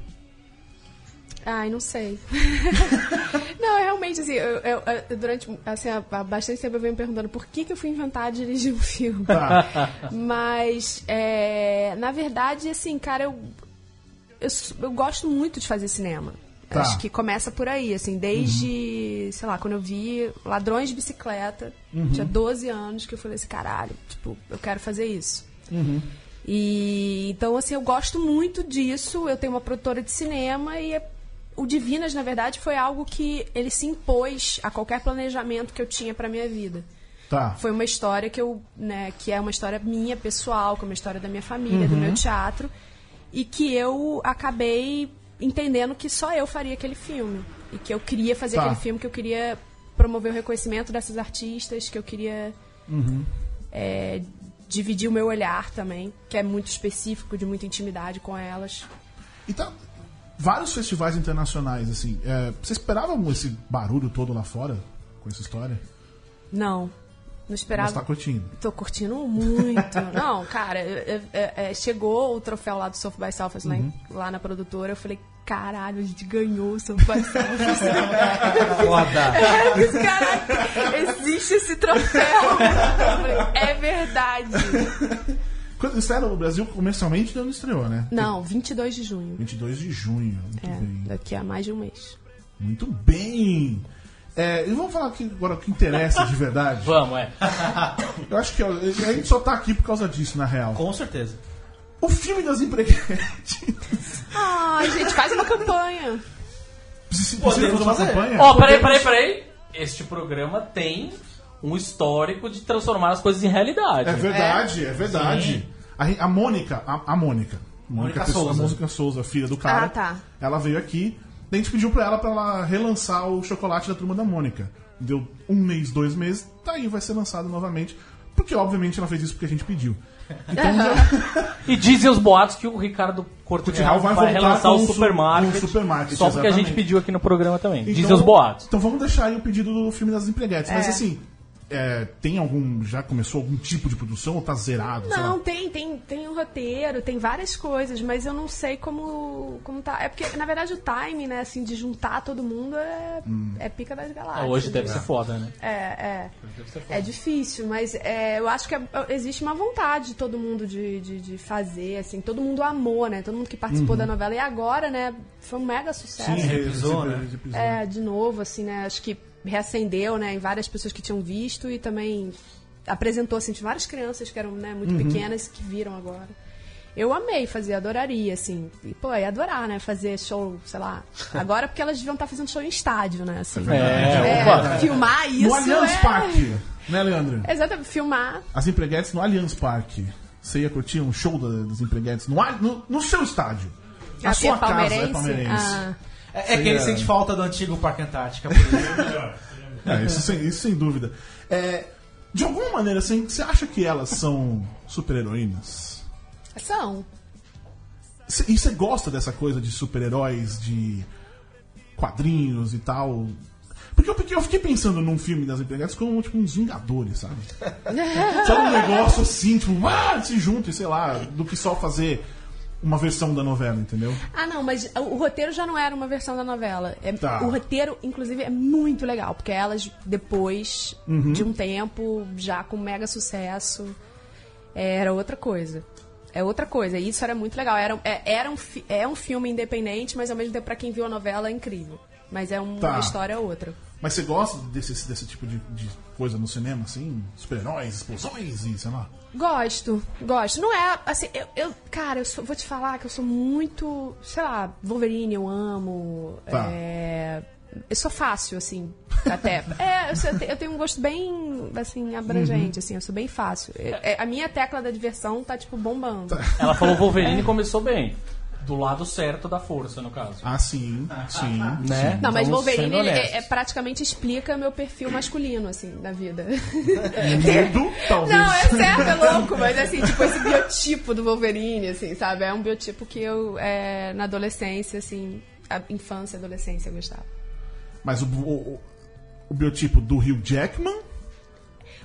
Speaker 1: Ai, não sei. não, realmente, assim, eu, eu- eu- durante assim, há há bastante tempo eu venho me perguntando por que, que eu fui inventar dirigir um filme.
Speaker 3: Tá.
Speaker 1: Mas, é, na verdade, assim, cara, eu, eu, s- eu gosto muito de fazer cinema.
Speaker 3: Tá.
Speaker 1: Acho que começa por aí, assim, desde, sei lá, quando eu vi Ladrões de Bicicleta, tinha 12 anos, que eu falei assim, caralho, tipo, eu quero fazer isso. E então, assim, eu gosto muito disso. Eu tenho uma produtora de cinema e é- o Divinas, na verdade, foi algo que ele se impôs a qualquer planejamento que eu tinha pra minha vida.
Speaker 3: Tá.
Speaker 1: Foi uma história que eu, né, que é uma história minha, pessoal, que é uma história da minha família, do
Speaker 3: Uhum.
Speaker 1: meu teatro, e que eu acabei entendendo que só eu faria aquele filme e que eu queria fazer
Speaker 3: Tá.
Speaker 1: aquele filme, que eu queria promover o reconhecimento dessas artistas, que eu queria
Speaker 3: Uhum.
Speaker 1: é, dividir o meu olhar também, que é muito específico, de muita intimidade com elas.
Speaker 3: E tá vários festivais internacionais, assim. É, você esperava esse barulho todo lá fora com essa história?
Speaker 1: Não, não
Speaker 3: Mas
Speaker 1: esperava.
Speaker 3: tá curtindo.
Speaker 1: Tô curtindo muito. Não, cara, eu- eu- eu- eu- chegou o troféu lá do South by Southwest lá, em- lá na produtora. Eu falei, caralho, a gente ganhou o South by Southwest.
Speaker 5: Foda.
Speaker 1: Eu fiz, Caraca, existe esse troféu. Eu falei, é verdade.
Speaker 3: Quando estreou no Brasil, comercialmente ainda não estreou, né?
Speaker 1: Não, 22 de junho.
Speaker 3: 22 de junho. Muito
Speaker 1: É,
Speaker 3: bem.
Speaker 1: daqui a mais de um mês.
Speaker 3: Muito bem! É, e vamos falar aqui agora o que interessa de verdade.
Speaker 4: Vamos, é.
Speaker 3: Eu acho que ó, a gente só tá aqui por causa disso, na real.
Speaker 6: Com certeza.
Speaker 3: O filme das empreguetes.
Speaker 1: Ai, gente, faz uma campanha.
Speaker 3: Precisa
Speaker 6: Podemos
Speaker 3: fazer uma
Speaker 6: fazer.
Speaker 1: É,
Speaker 3: campanha?
Speaker 4: Ó, peraí, peraí, peraí. Este programa tem um histórico de transformar as coisas em realidade.
Speaker 3: É verdade, é, verdade. A, a Mônica, a, a Mônica. Mônica
Speaker 6: Mônica
Speaker 3: Pessoa,
Speaker 6: Souza.
Speaker 3: Mônica Souza, filha do cara.
Speaker 1: Ah, tá.
Speaker 3: Ela veio aqui. Daí a gente pediu pra ela pra ela relançar o chocolate da turma da Mônica. Deu um mês, dois meses, tá aí, vai ser lançado novamente. Porque, obviamente, ela fez isso porque a gente pediu. Então já
Speaker 4: E dizem os boatos que o Ricardo Cortinal
Speaker 3: Cortinal vai
Speaker 4: vai,
Speaker 3: voltar
Speaker 4: relançar
Speaker 3: com
Speaker 4: o
Speaker 3: o su-
Speaker 4: Supermarket.
Speaker 3: com o Supermarket,
Speaker 4: só porque a gente
Speaker 3: exatamente.
Speaker 4: pediu aqui no programa também. dizem
Speaker 3: Então-
Speaker 4: os boatos.
Speaker 3: Então vamos deixar aí o pedido do filme das empreguetes. Mas assim, é, tem algum. Já começou algum tipo de produção ou tá zerado? sei lá?
Speaker 1: Não, tem, tem, tem um roteiro, tem várias coisas, mas eu não sei como, como tá. É porque, na verdade, o time, né, assim, de juntar todo mundo é,
Speaker 3: Hum.
Speaker 1: é pica das
Speaker 4: Ah,
Speaker 1: galáxias.
Speaker 4: hoje deve
Speaker 1: né?
Speaker 4: ser foda, né?
Speaker 1: É, é. É difícil, mas é, eu acho que é- existe uma vontade de todo mundo de, de, de fazer, assim, todo mundo amou, né? Todo mundo que participou da novela. E agora, né, foi um mega sucesso.
Speaker 3: Uhum. Sim,
Speaker 6: reprisou,
Speaker 3: esse-
Speaker 6: né?
Speaker 3: esse episódio.
Speaker 4: é.
Speaker 1: É, de novo, assim, né? Acho que reacendeu, né, em várias pessoas que tinham visto e também apresentou assim, de várias crianças que eram né, muito
Speaker 4: Uhum.
Speaker 1: pequenas que viram agora. Eu amei fazer, adoraria, assim. E, pô, ia adorar, né? Fazer show, sei lá. Agora porque elas deviam estar fazendo show em estádio, né? Assim,
Speaker 4: É, opa.
Speaker 1: é, filmar isso.
Speaker 3: No Allianz
Speaker 1: é...
Speaker 3: Parque, né, Leandro?
Speaker 1: Exatamente, filmar.
Speaker 3: As empreguetes no Allianz Parque. Você ia curtir um show da- das empreguetes no, al- no, no seu estádio. Na
Speaker 1: Ah,
Speaker 3: sua
Speaker 1: porque
Speaker 3: casa é palmeirense.
Speaker 1: Ah,
Speaker 6: É, é que ele
Speaker 3: Sim, é.
Speaker 6: sente falta do antigo Parque Antártica.
Speaker 3: É, isso, sem, isso sem dúvida. É, de alguma maneira, assim, você acha que elas são super-heroínas?
Speaker 1: são.
Speaker 3: Cê- E você gosta dessa coisa de super-heróis, de quadrinhos e tal? Porque eu, porque eu fiquei pensando num filme das empregadas como tipo uns Vingadores, sabe?
Speaker 4: É,
Speaker 3: sabe um negócio assim, tipo, ah, se junta e sei lá, do que só fazer uma versão da novela, entendeu?
Speaker 1: Ah, não, mas o roteiro já não era uma versão da novela. É-
Speaker 3: Tá.
Speaker 1: O roteiro, inclusive, é muito legal, porque elas, depois
Speaker 3: Uhum.
Speaker 1: de um tempo, já com mega sucesso, era outra coisa. É outra coisa. E isso era muito legal. Era, é, era um, fi- é um filme independente, mas ao mesmo tempo, pra quem viu a novela, é incrível. Mas é uma
Speaker 3: Tá.
Speaker 1: história outra.
Speaker 3: Mas você gosta desse, desse tipo de, de coisa no cinema, assim? Super-heróis, explosões e sei lá.
Speaker 1: Gosto, gosto. Não é, assim, eu, eu- cara, eu sou- vou te falar que eu sou muito, sei lá, Wolverine, eu amo.
Speaker 3: Tá.
Speaker 1: é, eu sou fácil, assim, até. é, eu, sou- eu te- eu tenho um gosto bem, assim, abrangente, assim, eu sou bem fácil. É- é, a minha tecla da diversão tá, tipo, bombando.
Speaker 4: Ela falou Wolverine e começou bem. Do lado certo da força, no caso.
Speaker 3: Ah, sim, sim.
Speaker 4: Né?
Speaker 1: Não, mas
Speaker 4: Vamos
Speaker 1: Wolverine
Speaker 4: sendo
Speaker 1: ele,
Speaker 4: honestos.
Speaker 1: é, é, praticamente explica meu perfil masculino, assim, na vida.
Speaker 3: Medo, talvez.
Speaker 1: Não, é certo, é louco, mas assim, tipo, esse biotipo do Wolverine, assim, sabe? É um biotipo que eu, é, na adolescência, assim, a infância, adolescência, eu gostava.
Speaker 3: Mas o, o, o- o biotipo do Hugh Jackman?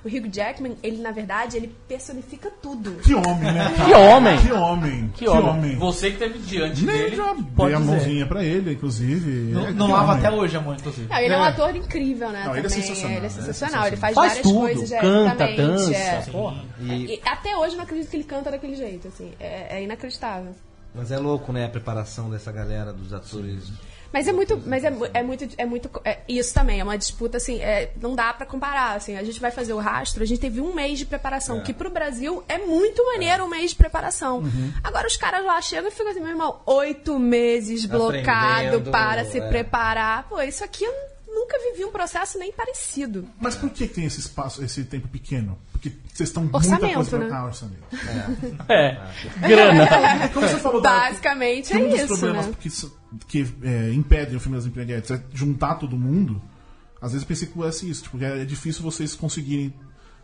Speaker 1: O Hugh Jackman, ele, na verdade, ele personifica tudo.
Speaker 3: Que homem, né? cara?
Speaker 4: Que homem!
Speaker 3: Que homem!
Speaker 4: Que homem. Você que teve diante
Speaker 3: Nem
Speaker 4: dele,
Speaker 3: já
Speaker 4: pode
Speaker 3: dei a
Speaker 4: dizer.
Speaker 3: mãozinha pra ele, inclusive.
Speaker 6: não
Speaker 3: É,
Speaker 6: não
Speaker 3: que
Speaker 6: lava
Speaker 3: homem.
Speaker 6: até hoje a mão, inclusive.
Speaker 1: Não, ele é, um
Speaker 3: É.
Speaker 1: ator incrível, né?
Speaker 3: Não, ele é
Speaker 1: também.
Speaker 3: sensacional,
Speaker 1: Ele
Speaker 3: né?
Speaker 1: é sensacional, ele faz,
Speaker 4: Faz
Speaker 1: várias
Speaker 4: tudo,
Speaker 1: coisas, é,
Speaker 4: canta,
Speaker 1: exatamente,
Speaker 4: dança,
Speaker 1: é.
Speaker 4: porra.
Speaker 5: E-
Speaker 1: E até hoje eu não acredito que ele canta daquele jeito, assim. É, é inacreditável.
Speaker 5: mas é louco, né? A preparação dessa galera, dos atores.
Speaker 1: Mas é muito, mas é, mu- é muito, é muito, é, isso também é uma disputa assim, é, não dá pra comparar assim. A gente vai fazer o rastro, a gente teve um mês de preparação, que pro Brasil é muito maneiro um mês de preparação.
Speaker 3: Uhum.
Speaker 1: Agora os caras lá chegam e ficam assim, meu irmão, oito meses blocado
Speaker 5: Aprendendo,
Speaker 1: para se
Speaker 5: é.
Speaker 1: preparar. Pô, isso aqui eu nunca vivi um processo nem parecido.
Speaker 3: Mas por que tem esse espaço, esse tempo pequeno? Porque vocês estão muita
Speaker 1: Orçamento,
Speaker 3: coisa pra
Speaker 1: né?
Speaker 3: Ah, orçamento.
Speaker 4: É. Grana.
Speaker 3: É como você falou da-
Speaker 1: Basicamente
Speaker 3: que um
Speaker 1: é
Speaker 3: dos
Speaker 1: isso,
Speaker 3: problemas
Speaker 1: né?
Speaker 3: que, isso- que, é, impedem o filme das empreguetes é juntar todo mundo. Às vezes eu pensei que fosse isso, tipo, é, é difícil vocês conseguirem.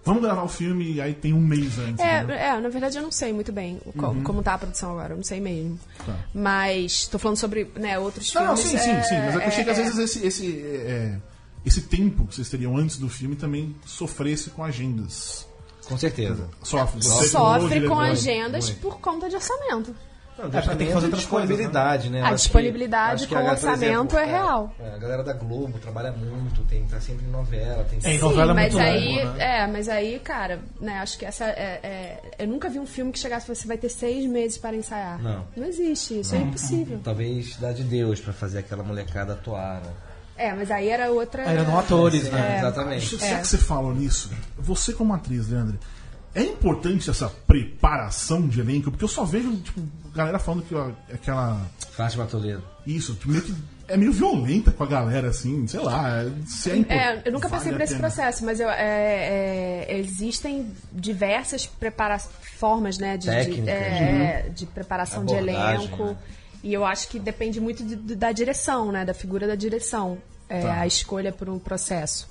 Speaker 3: Vamos gravar o filme e aí tem um mês antes. entendeu? Uhum.
Speaker 1: É, é, na verdade eu não sei muito bem o co- como tá a produção agora, eu não sei mesmo. Mas tô falando sobre, né, outros
Speaker 3: Tá. Não, não,
Speaker 1: filmes.
Speaker 3: sim, sim,
Speaker 1: é,
Speaker 3: sim. Mas é que eu achei que às
Speaker 1: é,
Speaker 3: vezes esse, esse, é, esse tempo que vocês teriam antes do filme também sofresse com agendas.
Speaker 5: Com certeza.
Speaker 3: Sofre. você como
Speaker 1: é, sofre com
Speaker 3: diretor.
Speaker 1: agendas por conta de orçamento.
Speaker 5: é pra ter que fazer outras disponibilidade, né? Eu
Speaker 1: A
Speaker 5: acho que-
Speaker 1: disponibilidade
Speaker 5: acho que
Speaker 1: com
Speaker 5: a galera, por
Speaker 1: orçamento é
Speaker 5: a-
Speaker 1: real.
Speaker 5: A galera da Globo trabalha muito, tem, tá sempre em novela, tem
Speaker 6: É, em
Speaker 5: sempre-
Speaker 6: novela é
Speaker 1: mas
Speaker 6: muito
Speaker 1: aí,
Speaker 6: longo, né?
Speaker 1: é, mas aí, cara, né, acho que essa é, é- eu nunca vi um filme que chegasse e você vai ter seis meses para ensaiar.
Speaker 5: Não.
Speaker 1: Não existe isso, é impossível.
Speaker 5: Talvez dá de Deus pra fazer aquela molecada atuar, né?
Speaker 1: É, mas aí era outra.
Speaker 6: Aí Eram atores, né?
Speaker 5: É, Exatamente.
Speaker 3: Já que você falou nisso, você como atriz, Leandro, é importante essa preparação de elenco? Porque eu só vejo, tipo, galera falando que ó, é aquela.
Speaker 5: Fátima Toledo.
Speaker 3: Isso, tipo, meio que. É meio violenta com a galera, assim, sei lá. é- Se é, impor-
Speaker 1: É, eu nunca
Speaker 3: vale
Speaker 1: passei
Speaker 3: a
Speaker 1: por esse
Speaker 3: pena.
Speaker 1: processo, mas eu, é, é, existem diversas prepara formas né, de,
Speaker 5: Técnicas,
Speaker 1: de, é, de preparação de
Speaker 5: Abordagem,
Speaker 1: elenco.
Speaker 5: né?
Speaker 1: E eu acho que depende muito de- de- da direção, né, da figura da direção, é,
Speaker 3: Tá.
Speaker 1: a escolha por um processo.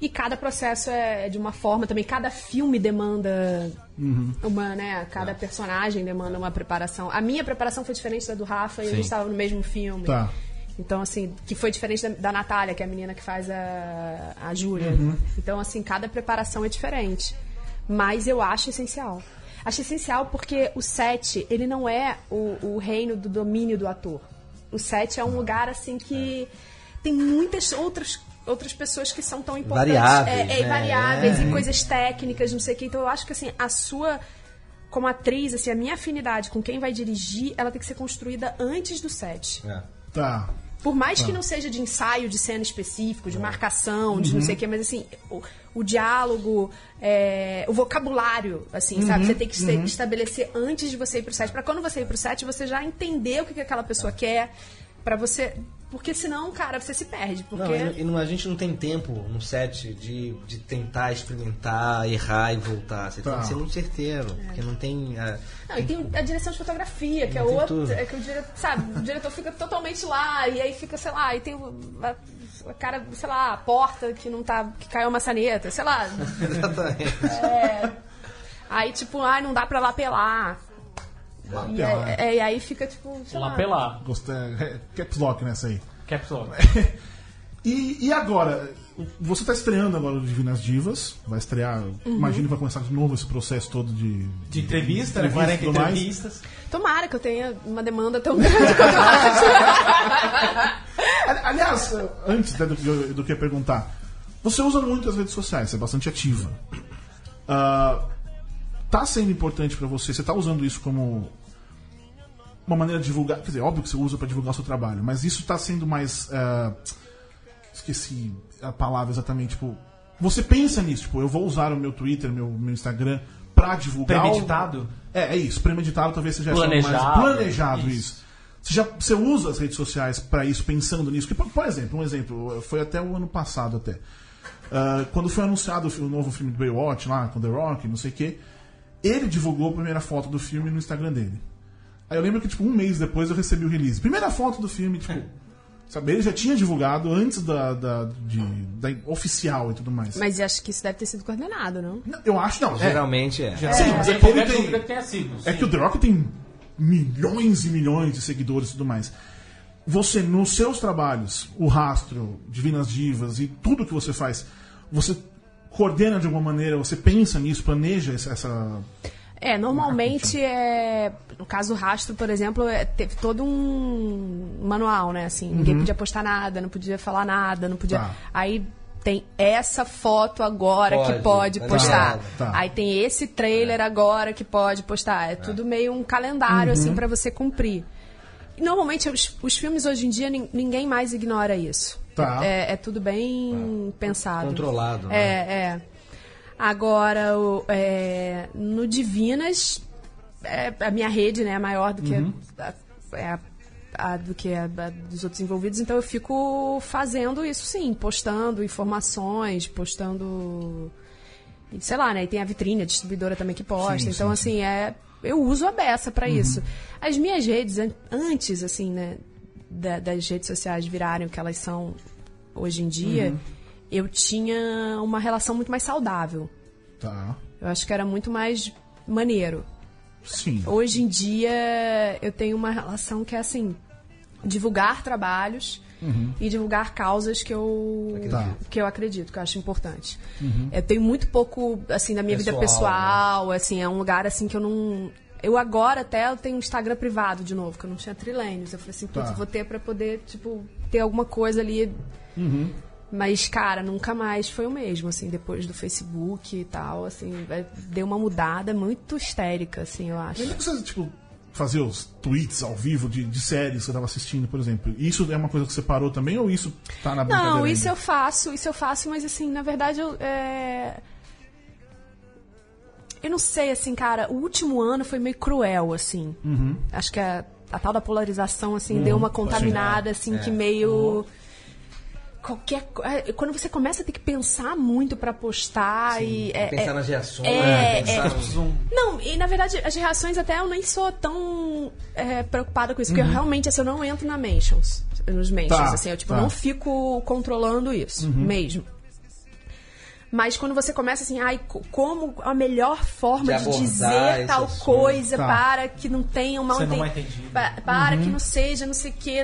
Speaker 1: E cada processo é de uma forma também, cada filme demanda
Speaker 3: Uhum.
Speaker 1: uma, né? Cada
Speaker 3: Tá.
Speaker 1: personagem demanda uma preparação. A minha preparação foi diferente da do Rafa e a gente estava no mesmo filme.
Speaker 3: Tá.
Speaker 1: Então, assim, que foi diferente da, da Natália, que é a menina que faz a, a Júlia.
Speaker 5: Uhum.
Speaker 1: Então, assim, cada preparação é diferente. Mas eu acho essencial. Acho essencial porque o set, ele não é o, o reino do domínio do ator. O set é um lugar, assim, que tem muitas outras, outras pessoas que são tão importantes.
Speaker 5: Variáveis,
Speaker 1: É, é,
Speaker 5: né?
Speaker 1: variáveis
Speaker 5: É.
Speaker 1: e coisas técnicas, não sei o quê. Então, eu acho que, assim, a sua como atriz, assim, a minha afinidade com quem vai dirigir, ela tem que ser construída antes do set.
Speaker 5: É.
Speaker 3: Tá.
Speaker 1: Por mais que não seja de ensaio de cena específico, de marcação, de
Speaker 5: Uhum.
Speaker 1: não sei o quê, mas assim, o, o diálogo, é, o vocabulário, assim,
Speaker 5: Uhum,
Speaker 1: sabe? Você tem que este- estabelecer antes de você ir pro set. Pra quando você ir pro set, você já entender o que, que aquela
Speaker 5: É.
Speaker 1: pessoa quer, pra você. Porque senão, cara, você se perde. Porque.
Speaker 5: Não, e não- e não- a gente não tem tempo no set de, de tentar experimentar, errar e voltar. Você tem que ser muito certeiro,
Speaker 1: É.
Speaker 5: porque não tem. ah,
Speaker 1: Não, e tem a direção de fotografia, que é
Speaker 5: Não tem
Speaker 1: outra.
Speaker 5: tudo.
Speaker 1: É que o diretor, sabe, o diretor fica totalmente lá, e aí fica, sei lá, e tem o- a, a cara, sei lá, a porta que não tá. que caiu a maçaneta, sei lá.
Speaker 5: Exatamente. é.
Speaker 1: Aí, tipo, ai, não dá pra lapelar. E,
Speaker 3: Lapelar.
Speaker 1: aí- é, e aí fica, tipo, sei lá.
Speaker 4: Lapelar.
Speaker 3: Gostei. É, caps lock nessa aí.
Speaker 4: Caps lock.
Speaker 3: E, e agora? Você está estreando agora o Divinas Divas. Vai estrear.
Speaker 1: Uhum.
Speaker 3: Imagino que vai começar de novo esse processo todo de.
Speaker 6: De entrevista,
Speaker 3: entrevista
Speaker 6: né?
Speaker 3: e
Speaker 6: 40
Speaker 3: tudo mais.
Speaker 6: entrevistas.
Speaker 1: Tomara que eu tenha uma demanda tão grande quanto eu acho.
Speaker 3: Ali- Aliás, antes né, do, que- do que eu perguntar, você usa muito as redes sociais, você é bastante ativa. Ah, tá sendo importante pra você? Você tá usando isso como uma maneira de divulgar? Quer dizer, óbvio que você usa pra divulgar o seu trabalho, mas isso tá sendo mais. ah, esqueci a palavra exatamente. Tipo, você pensa nisso, tipo, eu vou usar o meu Twitter, meu, meu Instagram pra divulgar. o-
Speaker 6: Premeditado?
Speaker 3: É, é isso. Premeditado talvez seja a expressão
Speaker 4: Planejado.
Speaker 3: mais planejado isso. Você, já, você usa as redes sociais pra isso, pensando nisso? Que, por, por exemplo, um exemplo, foi até o ano passado até. Ah, quando foi anunciado o, fi- o novo filme do Baywatch lá, com The Rock, não sei o quê, ele divulgou a primeira foto do filme no Instagram dele. Aí eu lembro que, tipo, um mês depois eu recebi o release. Primeira foto do filme, tipo. Sabe, ele já tinha divulgado antes da, da, de- da oficial e tudo mais.
Speaker 1: Mas eu acho que isso deve ter sido coordenado, não?
Speaker 3: Não, Eu acho, não. é-
Speaker 5: Geralmente é.
Speaker 3: Sim,
Speaker 4: Sem
Speaker 3: ele
Speaker 4: qualquer
Speaker 3: tem-
Speaker 4: dúvida que tenha sido.
Speaker 3: é
Speaker 4: sim.
Speaker 3: que o The Rock tem milhões e milhões de seguidores e tudo mais. Você, nos seus trabalhos, o rastro, Divinas Divas e tudo que você faz, você coordena de alguma maneira, você pensa nisso, planeja esse- essa.
Speaker 1: É, normalmente é. No caso do rastro, por exemplo, é, teve todo um manual, né? Assim, ninguém podia postar nada, não podia falar nada, não podia.
Speaker 3: Uhum. Tá.
Speaker 1: Aí tem essa foto agora que
Speaker 5: Pode,
Speaker 1: pode
Speaker 5: tá
Speaker 1: postar.
Speaker 5: ligado,
Speaker 3: tá.
Speaker 1: Aí tem esse trailer agora que pode postar. É, tudo meio um calendário,
Speaker 3: Uhum.
Speaker 1: assim, pra você cumprir. E, Normalmente, os, os filmes hoje em dia, nin- ninguém mais ignora isso.
Speaker 3: Tá.
Speaker 1: É, é tudo bem pensado.
Speaker 5: Controlado, né?
Speaker 1: É, é. Agora, o- é, no Divinas, é, a minha rede né, é maior do que
Speaker 5: Uhum.
Speaker 1: a, é a- a do que a, da- dos outros envolvidos, então eu fico fazendo isso sim, postando informações, postando. e Sei lá, né? E tem a vitrine, a distribuidora também que posta.
Speaker 3: Sim, Uhum.
Speaker 1: então, assim, é. Eu uso a beça pra isso. As minhas redes, an- antes, assim, né? da- das redes sociais virarem o que elas são hoje em dia,
Speaker 3: Uhum.
Speaker 1: eu tinha uma relação muito mais saudável.
Speaker 3: Tá.
Speaker 1: Eu acho que era muito mais maneiro.
Speaker 3: Sim.
Speaker 1: Hoje em dia eu tenho uma relação que é assim, divulgar trabalhos e divulgar causas que eu
Speaker 3: Uhum. Acredito. Tá. Uhum.
Speaker 1: que eu acredito, que eu acho importante. Eu tenho muito pouco assim da minha vida
Speaker 3: né?
Speaker 5: Pessoal,
Speaker 1: pessoal, assim, é um lugar assim que eu não eu agora até eu tenho um Instagram privado de novo, que eu não tinha trilênios. Eu falei assim, putz,
Speaker 3: Tá.
Speaker 1: eu vou ter pra poder, tipo, ter alguma coisa ali.
Speaker 3: Uhum.
Speaker 1: Mas, cara, nunca mais foi o mesmo, assim, depois do Facebook e tal, assim, é, deu uma mudada muito histérica, assim, eu acho.
Speaker 3: Lembra que você, tipo, fazia os tweets ao vivo de, de séries que você tava assistindo, por exemplo? Isso é uma coisa que você parou também ou isso tá na brincadeira?
Speaker 1: Não, isso
Speaker 3: ainda?
Speaker 1: eu faço, isso eu faço, mas assim, na verdade eu. é, Eu não sei, assim, cara, o último ano foi meio cruel, assim.
Speaker 3: Uhum.
Speaker 1: Acho que a, a tal da polarização, assim, deu uma contaminada, assim, que meio. Qualquer. co- é, Quando você começa a ter que pensar muito pra postar e. é-
Speaker 5: Pensar
Speaker 1: é-
Speaker 5: nas reações, né?
Speaker 1: é,
Speaker 5: pensar
Speaker 1: é.
Speaker 5: nos-
Speaker 1: não, e na verdade as reações até eu nem sou tão é, preocupada com isso,
Speaker 6: Uhum.
Speaker 1: porque eu realmente assim, eu não entro na mentions, nos mentions,
Speaker 3: Tá,
Speaker 1: assim, eu tipo,
Speaker 3: tá.
Speaker 1: não fico controlando isso
Speaker 6: Uhum.
Speaker 1: mesmo. Mas quando você começa assim, ai, co- como a melhor forma
Speaker 5: De
Speaker 1: de,
Speaker 5: abordar
Speaker 1: dizer
Speaker 5: esse
Speaker 1: tal
Speaker 5: assunto.
Speaker 1: coisa
Speaker 3: Tá.
Speaker 1: para que não tenha uma
Speaker 6: Você não
Speaker 1: tem-
Speaker 6: é entendido. Uhum.
Speaker 1: pa- para que não seja, não sei o que,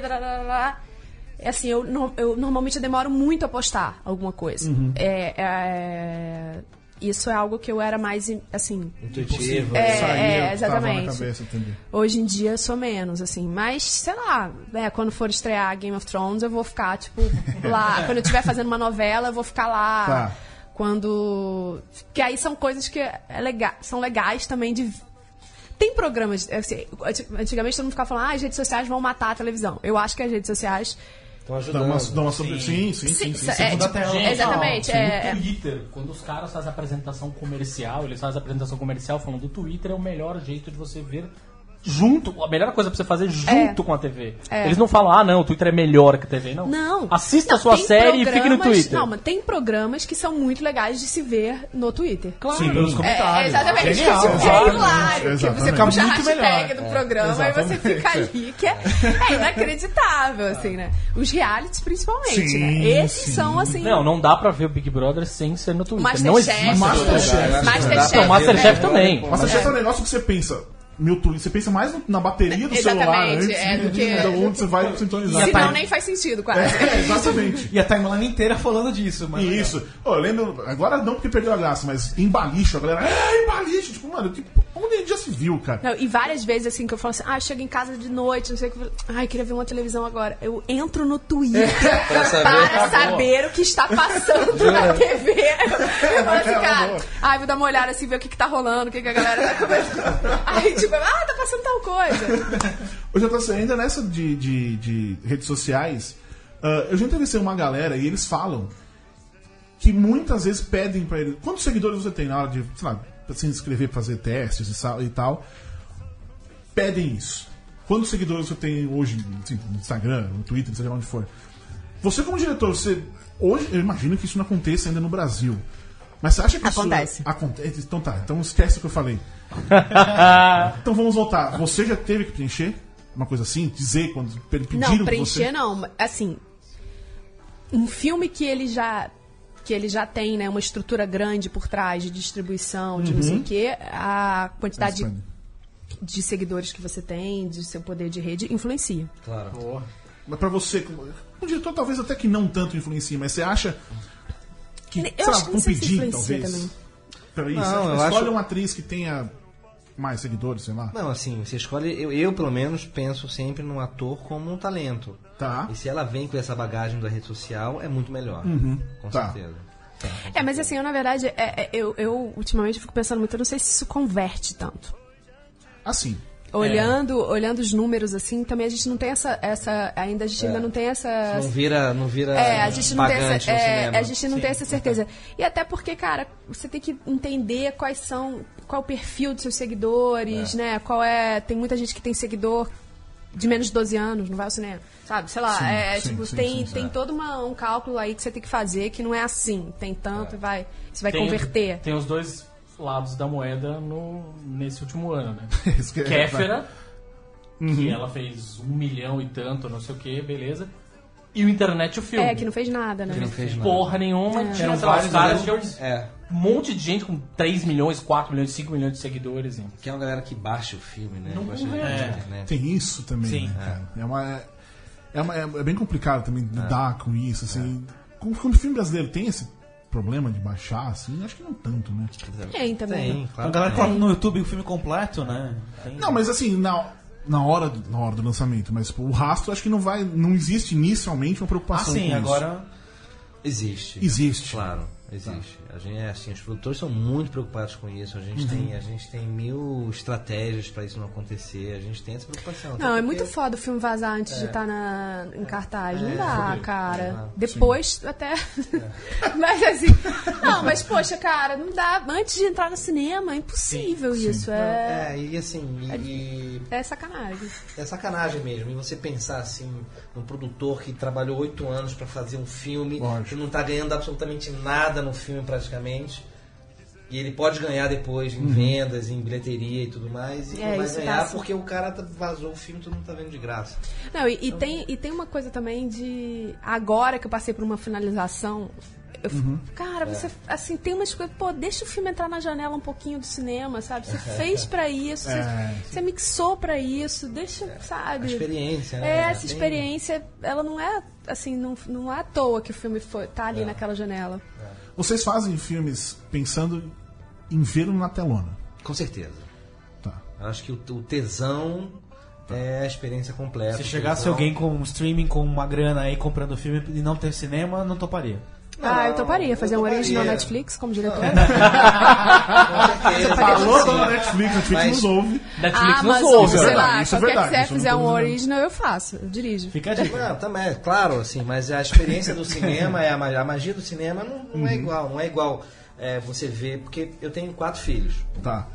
Speaker 1: é assim, eu, no- eu normalmente eu demoro muito a postar alguma coisa.
Speaker 6: Uhum.
Speaker 1: É, é- isso é algo que eu era mais, assim,
Speaker 5: Intuitivo.
Speaker 1: É,
Speaker 3: Saía,
Speaker 1: é,
Speaker 3: tava
Speaker 1: exatamente.
Speaker 3: Na cabeça, entendi.
Speaker 1: Hoje em dia eu sou menos, assim. Mas, sei lá, né, quando for estrear Game of Thrones, eu vou ficar, tipo, lá. quando eu estiver fazendo uma novela, eu vou ficar lá.
Speaker 3: Tá.
Speaker 1: Quando. Que aí são coisas que é lega... são legais também de. Tem programas. assim, anti- antigamente todo mundo ficava falando, ah, as redes sociais vão matar a televisão. Eu acho que as redes sociais
Speaker 5: Estão
Speaker 3: Dá
Speaker 5: ajudando.
Speaker 3: uma, dá uma sobre... sim, sim, sim. sim,
Speaker 1: Sim,
Speaker 3: sim,
Speaker 1: é,
Speaker 6: Segunda
Speaker 1: tipo,
Speaker 6: tela.
Speaker 1: Gente, exatamente, é-
Speaker 4: no Twitter, quando os caras fazem apresentação comercial, eles fazem apresentação comercial falando do Twitter é o melhor jeito de você ver junto, a melhor coisa pra você fazer junto com a TV.
Speaker 1: É.
Speaker 4: Eles não falam, ah não, o Twitter é melhor que a TV, não.
Speaker 1: Não.
Speaker 4: Assista a
Speaker 1: Não,
Speaker 4: sua
Speaker 1: tem
Speaker 4: série e fique no
Speaker 1: programas-
Speaker 4: Twitter.
Speaker 1: Não, mas tem programas que são muito legais de se ver no Twitter. Claro.
Speaker 6: Sim, pelos
Speaker 1: É,
Speaker 6: comentários.
Speaker 1: exatamente.
Speaker 6: Genial.
Speaker 1: Tipo, é hilário. Que
Speaker 3: Exatamente.
Speaker 1: você puxa a
Speaker 6: Muito
Speaker 1: hashtag
Speaker 6: melhor.
Speaker 1: do programa e você
Speaker 3: exatamente.
Speaker 1: fica ali, que é, é inacreditável, assim, né? Os realities, principalmente,
Speaker 3: Sim,
Speaker 1: né? Esses são, assim...
Speaker 4: Não, não dá pra ver o Big Brother sem ser no Twitter. não
Speaker 1: Masterchef.
Speaker 4: existe.
Speaker 3: Masterchef.
Speaker 1: Masterchef.
Speaker 4: Não, Masterchef
Speaker 1: né?
Speaker 4: também.
Speaker 3: Mas você é um negócio que você pensa. Meu Twitter, você pensa mais no- na bateria do celular
Speaker 1: Exatamente,
Speaker 3: antes
Speaker 1: é, do
Speaker 3: de-
Speaker 1: que-
Speaker 3: de onde você vai sintonizar.
Speaker 1: Senão
Speaker 3: É,
Speaker 1: nem faz sentido, quase.
Speaker 3: exatamente.
Speaker 6: E a timeline inteira falando disso, mas.
Speaker 3: E isso. Ô, eu lembro, agora não porque perdeu a graça, mas embalicho, a galera. É, embalicho. Tipo, mano, que, onde já se viu, cara?
Speaker 1: Não, e várias vezes, assim, que eu falo assim, ah, chego em casa de noite, não sei o que. Ai, queria ver uma televisão agora. Eu entro no Twitter para
Speaker 5: saber.
Speaker 3: Tá
Speaker 1: saber o que está passando na TV. Eu falo assim, cara,
Speaker 3: boa.
Speaker 1: ai, vou dar uma olhada assim, ver o que, que tá rolando, o que, que a galera tá comentando. Aí, tipo, ah, tá passando tal coisa.
Speaker 3: Hoje eu tô assim, ainda nessa de, de, de redes sociais. ah, eu já entrevistei uma galera e eles falam que muitas vezes pedem pra eles. Quantos seguidores você tem na hora de, sei lá, pra se inscrever, fazer testes e sa- e tal? Pedem isso. Quantos seguidores você tem hoje assim, no Instagram, no Twitter, seja lá onde for? Você, como diretor, você. Hoje, eu imagino que isso não aconteça ainda no Brasil. Mas você acha que
Speaker 1: Acontece.
Speaker 3: isso. Acontece. Então tá, então esquece o que eu falei. Então vamos voltar. Você já teve que preencher? Uma coisa assim? Dizer quando pe- pediram
Speaker 1: Não,
Speaker 3: pra você?
Speaker 1: preencher não. Assim, um filme que ele já que ele já tem, né, uma estrutura grande por trás de distribuição, de não
Speaker 3: Uhum.
Speaker 1: sei o quê, a quantidade de de seguidores que você tem, de seu poder de rede, influencia.
Speaker 5: Claro.
Speaker 3: Mas pra você, como- o diretor talvez até que não tanto influencia, mas você acha que,
Speaker 1: Eu
Speaker 3: sei
Speaker 1: acho
Speaker 3: lá,
Speaker 1: que não
Speaker 3: vão
Speaker 1: sei se
Speaker 3: pedir,
Speaker 1: influencia
Speaker 3: talvez.
Speaker 1: também.
Speaker 3: Pra isso,
Speaker 5: Não,
Speaker 3: né?
Speaker 5: eu
Speaker 3: Escolhe
Speaker 5: acho-
Speaker 3: uma atriz que tenha mais seguidores, sei lá.
Speaker 5: Não, assim, você escolhe. Eu, eu, pelo menos, penso sempre num ator como um talento.
Speaker 3: Tá.
Speaker 5: E se ela vem com essa bagagem da rede social, é muito melhor. Com
Speaker 3: Tá.
Speaker 5: certeza.
Speaker 1: É, mas assim, eu na verdade, é- é- eu, eu ultimamente fico pensando muito, eu não sei se isso converte tanto.
Speaker 3: Assim.
Speaker 1: Olhando, olhando os números assim, também a gente não tem essa, essa ainda a gente ainda não tem essa
Speaker 5: Não vira, não vira
Speaker 1: assim, É, a gente não tem
Speaker 5: pagante
Speaker 1: essa,
Speaker 5: no
Speaker 1: é,
Speaker 5: cinema.
Speaker 1: a gente não tem essa certeza. E até porque, cara, você tem que entender quais são, qual é o perfil dos seus seguidores, né? Qual é, tem muita gente que tem seguidor de menos de 12 anos, não vai ao cinema, sabe? Sei lá,
Speaker 3: Sim,
Speaker 1: é,
Speaker 3: sim,
Speaker 1: tipo,
Speaker 3: sim,
Speaker 1: tem,
Speaker 3: sim, sim.
Speaker 1: tem
Speaker 3: É.
Speaker 1: todo uma- um cálculo aí que você tem que fazer que não é assim, tem tanto e vai, você vai
Speaker 4: Tem-
Speaker 1: converter.
Speaker 4: Tem os dois lados da moeda no, nesse último ano, né?
Speaker 3: Isso que é-
Speaker 4: Kéfera, que ela fez um milhão e tanto, não sei o que, beleza. E o internet o filme.
Speaker 1: É, que não fez nada, né?
Speaker 5: Não fez nada.
Speaker 4: Porra nenhuma, tinha
Speaker 6: Eram
Speaker 4: sei lá, os
Speaker 6: vários
Speaker 4: caras, tinham
Speaker 6: youtubers.
Speaker 5: É.
Speaker 4: um monte de gente com 3 milhões, 4 milhões, 5 milhões de seguidores. hein?
Speaker 5: Que é uma galera que baixa o filme, né?
Speaker 4: Não
Speaker 5: baixa o
Speaker 4: é.
Speaker 5: filme na internet.
Speaker 3: Tem isso também,
Speaker 6: Sim.
Speaker 3: né, cara? É uma... É, uma, é bem complicado também lidar com isso, assim. Como, como o filme brasileiro tem esse problema de baixar, assim, acho que não tanto, né?
Speaker 1: Tem também. né?
Speaker 5: Tem,
Speaker 6: A
Speaker 5: claro.
Speaker 6: galera
Speaker 5: que tem.
Speaker 6: coloca no YouTube o filme completo, né? Tem-
Speaker 3: Não, mas assim, na, na, hora, do- na hora do lançamento, mas pô, o rastro acho que não vai. Não existe inicialmente uma
Speaker 6: Ah,
Speaker 3: preocupação.
Speaker 6: sim,
Speaker 3: com
Speaker 6: agora.
Speaker 5: Existe.
Speaker 3: Existe. Tá.
Speaker 5: Claro, existe. A gente é assim, os produtores são muito preocupados com isso. A gente
Speaker 3: Uhum.
Speaker 5: tem, a gente tem mil estratégias pra isso não acontecer. A gente tem essa preocupação.
Speaker 1: Não,
Speaker 5: Até
Speaker 1: é muito
Speaker 5: porque- É.
Speaker 1: foda o filme vazar antes de estar na, em cartaz. Não dá, cara.
Speaker 5: Não dá,
Speaker 1: Depois, até.
Speaker 5: É.
Speaker 1: mas assim. Não, mas poxa, cara, não dá. Antes de entrar no cinema, é impossível isso. É,
Speaker 5: É, e assim, e, e
Speaker 1: é sacanagem.
Speaker 5: é sacanagem mesmo. E você pensar assim, num produtor que trabalhou oito anos pra fazer um filme,
Speaker 3: Lógico.
Speaker 5: que não tá ganhando absolutamente nada no filme praticamente. E ele pode ganhar depois
Speaker 3: Uhum.
Speaker 5: em vendas, em bilheteria e tudo mais, e
Speaker 1: É,
Speaker 5: não vai
Speaker 1: isso tá
Speaker 5: ganhar
Speaker 1: assim.
Speaker 5: porque o cara tá- vazou o filme e todo mundo tá vendo de graça.
Speaker 1: Não, e,
Speaker 5: Então-
Speaker 1: e tem, e tem uma coisa também de. Agora que eu passei por uma finalização. Eu, fico,
Speaker 5: Uhum.
Speaker 1: Cara,
Speaker 5: É.
Speaker 1: você assim tem umas coisas. Pô, deixa o filme entrar na janela um pouquinho do cinema, sabe? Você fez pra isso, você, você mixou pra isso, deixa,
Speaker 5: É, A
Speaker 1: sabe?
Speaker 5: experiência, né?
Speaker 1: É, essa
Speaker 5: Tem-
Speaker 1: experiência, ela não é assim, não, não é à toa que o filme foi, tá ali naquela janela.
Speaker 3: isso. Vocês fazem filmes pensando em vê-lo na telona.
Speaker 5: Com certeza.
Speaker 3: Tá.
Speaker 5: Eu acho que o, o tesão é a experiência completa.
Speaker 6: Se chegasse
Speaker 5: Então,
Speaker 6: alguém com um streaming, com uma grana aí comprando o filme e não ter cinema, não toparia.
Speaker 1: ah, eu toparia fazer
Speaker 5: eu
Speaker 1: um original
Speaker 5: toparia.
Speaker 1: Netflix como diretor.
Speaker 5: Com certeza. Tipo assim,
Speaker 3: Falou né? com a Netflix, a Netflix
Speaker 5: Ah, Mas-
Speaker 3: nos ouve.
Speaker 4: Netflix
Speaker 1: ah,
Speaker 4: não
Speaker 1: mas
Speaker 4: soube.
Speaker 1: sei
Speaker 3: verdade,
Speaker 1: lá,
Speaker 3: isso é
Speaker 1: qualquer
Speaker 3: verdade,
Speaker 1: que você
Speaker 3: isso eu
Speaker 1: fizer
Speaker 3: não tô
Speaker 1: um
Speaker 3: dizendo.
Speaker 1: original, eu faço, eu dirijo.
Speaker 7: Fica a dica.
Speaker 5: Não, também, é claro, assim, mas a experiência do cinema, é a, ma- a magia do cinema não, não é igual, não é igual é, você ver, porque eu tenho quatro filhos. Então,
Speaker 3: Tá.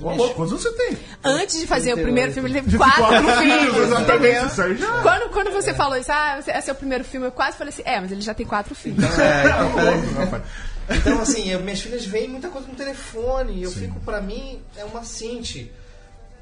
Speaker 3: Ô, louco, Quantos anos você tem?
Speaker 1: Antes de fazer o
Speaker 5: 38.
Speaker 1: primeiro filme, ele teve quatro filhos, entendeu?
Speaker 3: exatamente. Isso aí já. é
Speaker 1: Quando, quando você falou isso, ah, você- esse é o primeiro filme, eu quase falei assim, é, mas ele já tem quatro filhos.
Speaker 5: Então, é, então, peraí.
Speaker 3: Louco, rapaz.
Speaker 5: Então, assim, eu- minhas filhas veem muita coisa no telefone. e Eu fico, pra mim, é uma cinte.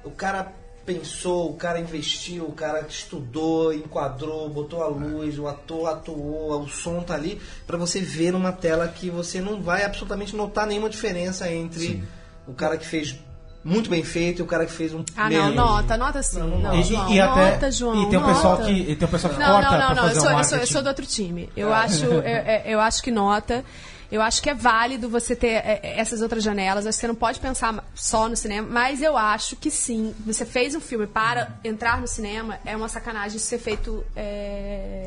Speaker 5: O cara pensou, o cara investiu, o cara estudou, enquadrou, botou a luz, o ator atuou, o som tá ali, pra você ver numa tela que você não vai absolutamente notar nenhuma diferença entre o cara que fez muito bem feito e o cara que fez um
Speaker 1: Ah, não,
Speaker 5: menos.
Speaker 1: nota, nota sim. Não,
Speaker 6: E,
Speaker 1: João,
Speaker 6: e- e até,
Speaker 1: nota, João,
Speaker 6: e tem um
Speaker 1: nota.
Speaker 6: pessoal que, e tem um pessoal que
Speaker 1: Não,
Speaker 6: corta
Speaker 1: não, não,
Speaker 6: pra
Speaker 1: não.
Speaker 6: fazer
Speaker 1: Eu sou, eu,
Speaker 6: um
Speaker 1: sou, eu
Speaker 6: marketing.
Speaker 1: sou do outro time. Eu acho, eu, eu- eu acho que nota. Eu acho que é válido você ter é, é, essas outras janelas. Acho que Você não pode pensar só no cinema, mas eu acho que sim. Você fez um filme para entrar no cinema é uma sacanagem isso ser feito é,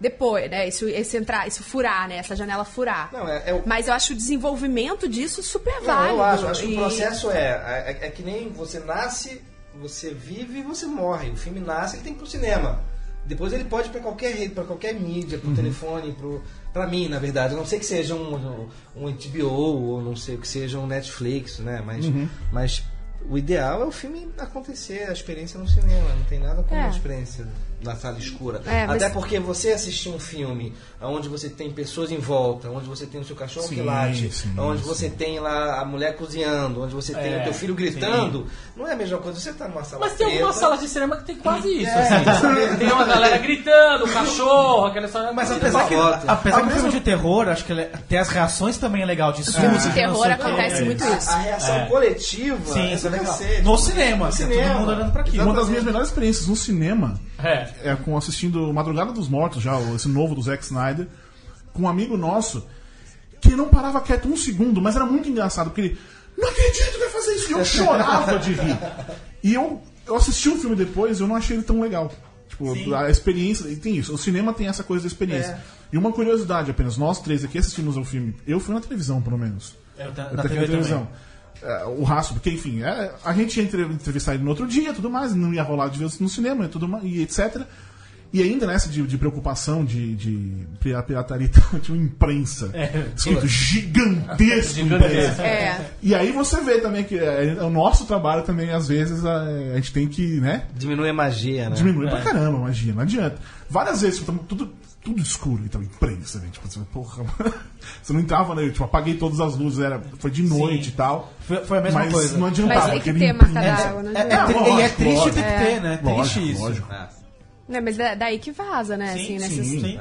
Speaker 1: depois, né? Isso, esse entrar, isso furar, né? Essa janela furar.
Speaker 5: Não, é- é o-
Speaker 1: Mas eu acho o desenvolvimento disso super
Speaker 5: Não,
Speaker 1: válido.
Speaker 5: eu acho, acho que
Speaker 1: E-
Speaker 5: o processo é, é, é que nem você nasce, você vive e você morre. O filme nasce, ele tem que ir pro cinema. Depois ele pode ir pra qualquer rede, pra qualquer mídia,
Speaker 3: Uhum.
Speaker 5: pro telefone, pro, pra mim, na verdade. A não sei que seja um, um HBO ou não sei o que seja um Netflix, né? Mas,
Speaker 3: Uhum.
Speaker 5: mas o ideal é o filme acontecer, a experiência no cinema. Não tem nada como
Speaker 1: É.
Speaker 5: a experiência na sala escura.
Speaker 1: É, mas-
Speaker 5: Até porque você assistir um filme onde você tem pessoas em volta, onde você tem o seu cachorro que
Speaker 3: Sim,
Speaker 5: late,
Speaker 3: sim,
Speaker 5: onde você tem lá a mulher cozinhando, onde você tem
Speaker 4: É,
Speaker 5: o teu filho gritando, não é a mesma coisa. Você tá numa sala
Speaker 4: Mas tem algumas
Speaker 5: preta,
Speaker 4: salas de cinema que tem quase isso. assim. Tem uma galera gritando, um cachorro, aquela história.
Speaker 6: Mas
Speaker 5: Tira
Speaker 6: apesar
Speaker 5: uma
Speaker 6: que,
Speaker 5: foto.
Speaker 6: apesar que o filme de terror, acho que ele- até as reações também é legal de susto.
Speaker 1: de
Speaker 6: de
Speaker 1: terror
Speaker 6: não sei o quê.
Speaker 1: acontece muito isso.
Speaker 5: A reação coletiva
Speaker 6: É. Sim,
Speaker 5: é
Speaker 6: isso é
Speaker 5: do
Speaker 6: legal.
Speaker 5: cacete.
Speaker 6: No cinema, assim,
Speaker 5: cinema.
Speaker 6: todo mundo olhando pra aquilo.
Speaker 3: Uma das minhas melhores experiências no cinema
Speaker 4: É.
Speaker 3: é com assistindo Madrugada dos Mortos, já, esse novo do Zack Snyder, com um amigo nosso, que não parava quieto um segundo, mas era muito engraçado, porque ele, não acredito que vai fazer isso, e eu chorava de rir. E eu, eu assisti o filme depois eu não achei ele tão legal. Tipo, a experiência, e tem isso, o cinema tem essa coisa da experiência. E uma curiosidade apenas, nós três aqui assistimos ao filme, eu fui na televisão, pelo menos.
Speaker 6: Eu ta-
Speaker 3: Eu
Speaker 6: na
Speaker 3: tenho
Speaker 6: TV também.
Speaker 3: televisão. É, o rastro, porque enfim, é, a gente ia entre- entrevistar ele no outro dia tudo mais, não ia rolar de vez no cinema e tudo mais, e etc. E ainda nessa de, de preocupação de, de pri- a pirataria, então, tinha uma imprensa
Speaker 6: É,
Speaker 3: escrito gigantesco. imprensa.
Speaker 1: É.
Speaker 3: E aí você vê também que é, é o nosso trabalho também, às vezes, a, a gente tem que, né?
Speaker 5: Diminui a magia,
Speaker 6: É,
Speaker 5: né?
Speaker 3: Diminui pra caramba a magia, não adianta. Várias vezes, tipo, tudo, tudo escuro, então, imprensa, né? Tipo, você, porra, mano. Você não entrava, né? Eu, tipo, apaguei todas as luzes, era, foi de noite e tal.
Speaker 6: Foi, foi a mesma
Speaker 3: mas
Speaker 6: coisa.
Speaker 3: não adiantava.
Speaker 1: Mas tem que
Speaker 3: aquele
Speaker 1: ter marca
Speaker 3: imprensa.
Speaker 1: d'água, né?
Speaker 6: É, é,
Speaker 3: Não,
Speaker 6: tri-
Speaker 3: lógico,
Speaker 6: e é triste
Speaker 3: lógico.
Speaker 6: tem que ter, né?
Speaker 3: Lógico,
Speaker 6: triste isso.
Speaker 3: lógico.
Speaker 5: Ah,
Speaker 1: Né, mas é daí que vaza, né? assim, né, esses-
Speaker 3: Sim.
Speaker 6: Sim.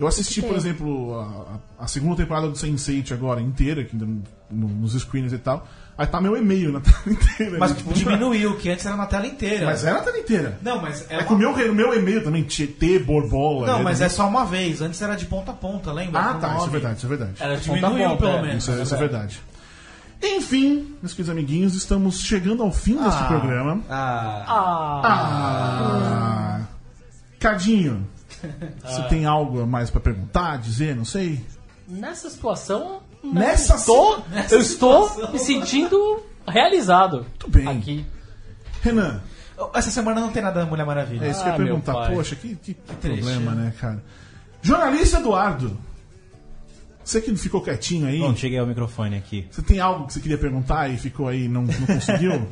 Speaker 3: Eu assisti, por
Speaker 1: Tem.
Speaker 3: exemplo, a, a- a segunda temporada do Sense8 agora, inteira, que ainda não- no- nos screens e tal. Aí tá meu e-mail na tela inteira.
Speaker 6: Mas
Speaker 3: né?
Speaker 6: tipo, diminuiu, que antes era na tela inteira.
Speaker 3: Mas é na tela inteira.
Speaker 6: Não, mas é
Speaker 3: É
Speaker 6: uma-
Speaker 3: que o meu, o meu e-mail também, Tietê, Borbola.
Speaker 6: Não,
Speaker 3: né?
Speaker 6: mas é só uma vez. Antes era de ponta a ponta, lembra?
Speaker 3: Ah,
Speaker 6: Com
Speaker 3: tá, isso é
Speaker 6: nove.
Speaker 3: verdade, isso é verdade.
Speaker 4: Era de ponta a
Speaker 6: Diminuiu,
Speaker 4: ponta,
Speaker 6: pelo
Speaker 4: é.
Speaker 6: menos.
Speaker 3: Isso, é- isso é verdade. Enfim, meus queridos amiguinhos, estamos chegando ao fim deste programa.
Speaker 5: ah,
Speaker 3: Ah. Cadinho, você tem algo a mais pra perguntar, dizer, não sei?
Speaker 4: Nessa situação,
Speaker 3: Nessa
Speaker 4: estou, eu estou me sentindo realizado.
Speaker 3: Muito bem.
Speaker 4: Aqui.
Speaker 3: Renan,
Speaker 6: Essa semana não tem nada da Mulher Maravilha.
Speaker 3: é isso que eu
Speaker 4: Ah,
Speaker 3: ia
Speaker 4: meu
Speaker 3: perguntar.
Speaker 4: pai.
Speaker 3: Poxa, que, que- que problema, né, cara? Jornalista Eduardo, você que ficou quietinho aí,
Speaker 7: Bom, cheguei ao microfone aqui.
Speaker 3: você tem algo que você queria perguntar e ficou aí e não, não conseguiu?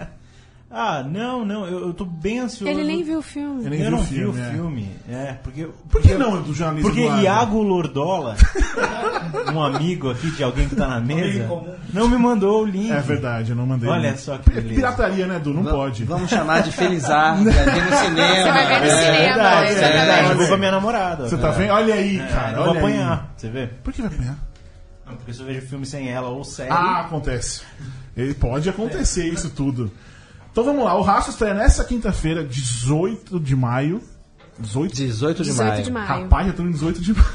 Speaker 7: Ah, não, não, eu, eu tô bem ansioso.
Speaker 1: Ele nem viu o filme.
Speaker 3: Eu
Speaker 7: Eu
Speaker 3: nem vi
Speaker 7: não
Speaker 3: o
Speaker 7: vi o
Speaker 3: filme. é.
Speaker 7: filme. É, porque.
Speaker 3: Por que não, do jornalista
Speaker 7: Porque
Speaker 3: Eduardo?
Speaker 7: Iago Lordola, um amigo aqui de alguém que tá na mesa, não me mandou o link.
Speaker 3: É verdade, eu não mandei.
Speaker 7: Olha
Speaker 3: né?
Speaker 7: só que
Speaker 3: É
Speaker 7: beleza.
Speaker 3: Pirataria, né, Edu? Não pode.
Speaker 5: vamos chamar de Felizardo, é ali no cinema.
Speaker 1: Você vai ver no
Speaker 5: É.
Speaker 1: cinema,
Speaker 7: Verdade, é
Speaker 1: exatamente.
Speaker 7: verdade. Eu vou
Speaker 3: Olha
Speaker 7: com a
Speaker 3: aí.
Speaker 7: minha namorada.
Speaker 3: Você tá
Speaker 7: É.
Speaker 3: vendo? Olha aí,
Speaker 7: É,
Speaker 3: cara.
Speaker 7: eu vou
Speaker 3: olha aí.
Speaker 7: apanhar, você vê?
Speaker 3: Por que vai apanhar?
Speaker 7: Não, porque se eu vejo filme sem ela ou série.
Speaker 3: Ah, acontece. Ele pode acontecer isso tudo. Então vamos lá, o Rastro estreia nessa quinta-feira, 18 de maio. 18 de
Speaker 5: 18 de
Speaker 1: 18
Speaker 5: maio.
Speaker 1: de maio.
Speaker 3: Rapaz, já tô em 18 de maio.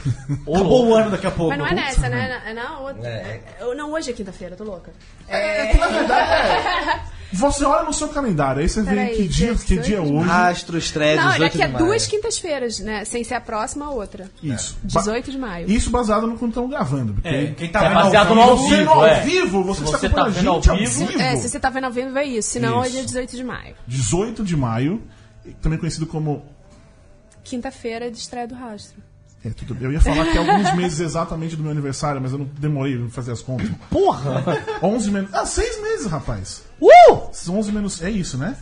Speaker 6: Acabou o ano daqui a pouco.
Speaker 1: Mas não é nessa, né? É na outra.
Speaker 5: É.
Speaker 1: Eu- Não, hoje é quinta-feira, tô louca.
Speaker 3: É, que na verdade é. Você olha no seu calendário, aí você vê
Speaker 1: Peraí,
Speaker 3: que dia, que
Speaker 1: 18
Speaker 3: dia é hoje.
Speaker 5: Astros, Threads,
Speaker 1: Não,
Speaker 5: 18
Speaker 1: daqui a
Speaker 5: de maio.
Speaker 1: duas quintas-feiras, né? Sem ser a próxima, a outra.
Speaker 3: É, Isso. Ba-
Speaker 1: 18 de maio.
Speaker 3: Isso baseado no que estão gravando. Porque
Speaker 6: É, quem tá
Speaker 4: É
Speaker 6: vendo ao
Speaker 4: baseado
Speaker 6: vivo-
Speaker 4: no ao
Speaker 3: você
Speaker 4: vivo,
Speaker 3: ao
Speaker 4: é.
Speaker 3: vivo, você,
Speaker 4: Se
Speaker 3: está
Speaker 4: você
Speaker 3: acompanhando
Speaker 4: tá
Speaker 3: a
Speaker 4: vendo ao
Speaker 3: gente ao vivo.
Speaker 4: vivo-
Speaker 1: É, se você tá vendo ao vivo, é isso. Senão,
Speaker 3: Isso.
Speaker 1: hoje é 18 de maio.
Speaker 3: 18 de maio, também conhecido como.
Speaker 1: Quinta-feira de estreia do rastro.
Speaker 3: É, tudo- eu ia falar que é alguns meses exatamente do meu aniversário, mas eu não demorei pra fazer as contas.
Speaker 4: Porra!
Speaker 3: 11 menos. Ah, 6 meses, rapaz.
Speaker 4: Uh!
Speaker 3: 11 menos. É isso, né?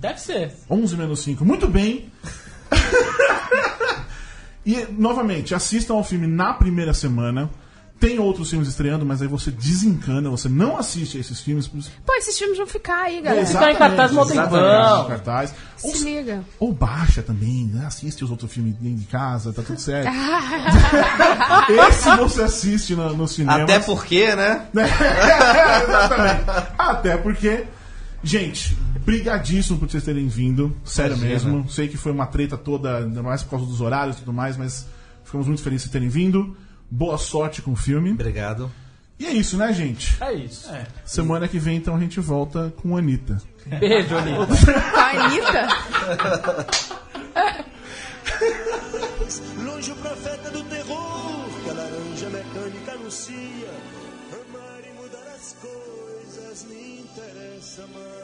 Speaker 4: Deve ser.
Speaker 3: 11 menos 5. Muito bem. e, novamente, assistam ao filme na primeira semana. Tem outros filmes estreando, mas aí você desencana, você não assiste a esses filmes.
Speaker 1: Pô, esses filmes vão ficar aí, galera.
Speaker 4: Exato. Ficar É, em cartaz mó tempão.
Speaker 3: exatamente, em cartaz. Ou,
Speaker 1: Se liga.
Speaker 3: ou baixa também, né? assiste os outros filmes dentro de casa, tá tudo certo. Esse você assiste na- no cinema.
Speaker 5: Até porque, né?
Speaker 3: É, exatamente. Até porque, gente, brigadíssimo por vocês terem vindo. Sério
Speaker 5: Imagina.
Speaker 3: mesmo. Sei que foi uma treta toda, ainda mais por causa dos horários e tudo mais, mas ficamos muito felizes de terem vindo. Boa sorte com o filme.
Speaker 5: Obrigado.
Speaker 3: E é isso, né, gente?
Speaker 4: É isso.
Speaker 3: Semana que vem, então, a gente volta com a Anitta.
Speaker 4: Beijo, Anitta.
Speaker 1: Com a Anitta?
Speaker 8: Longe o profeta do terror que a laranja mecânica anuncia. Amar e mudar as coisas me interessa mais.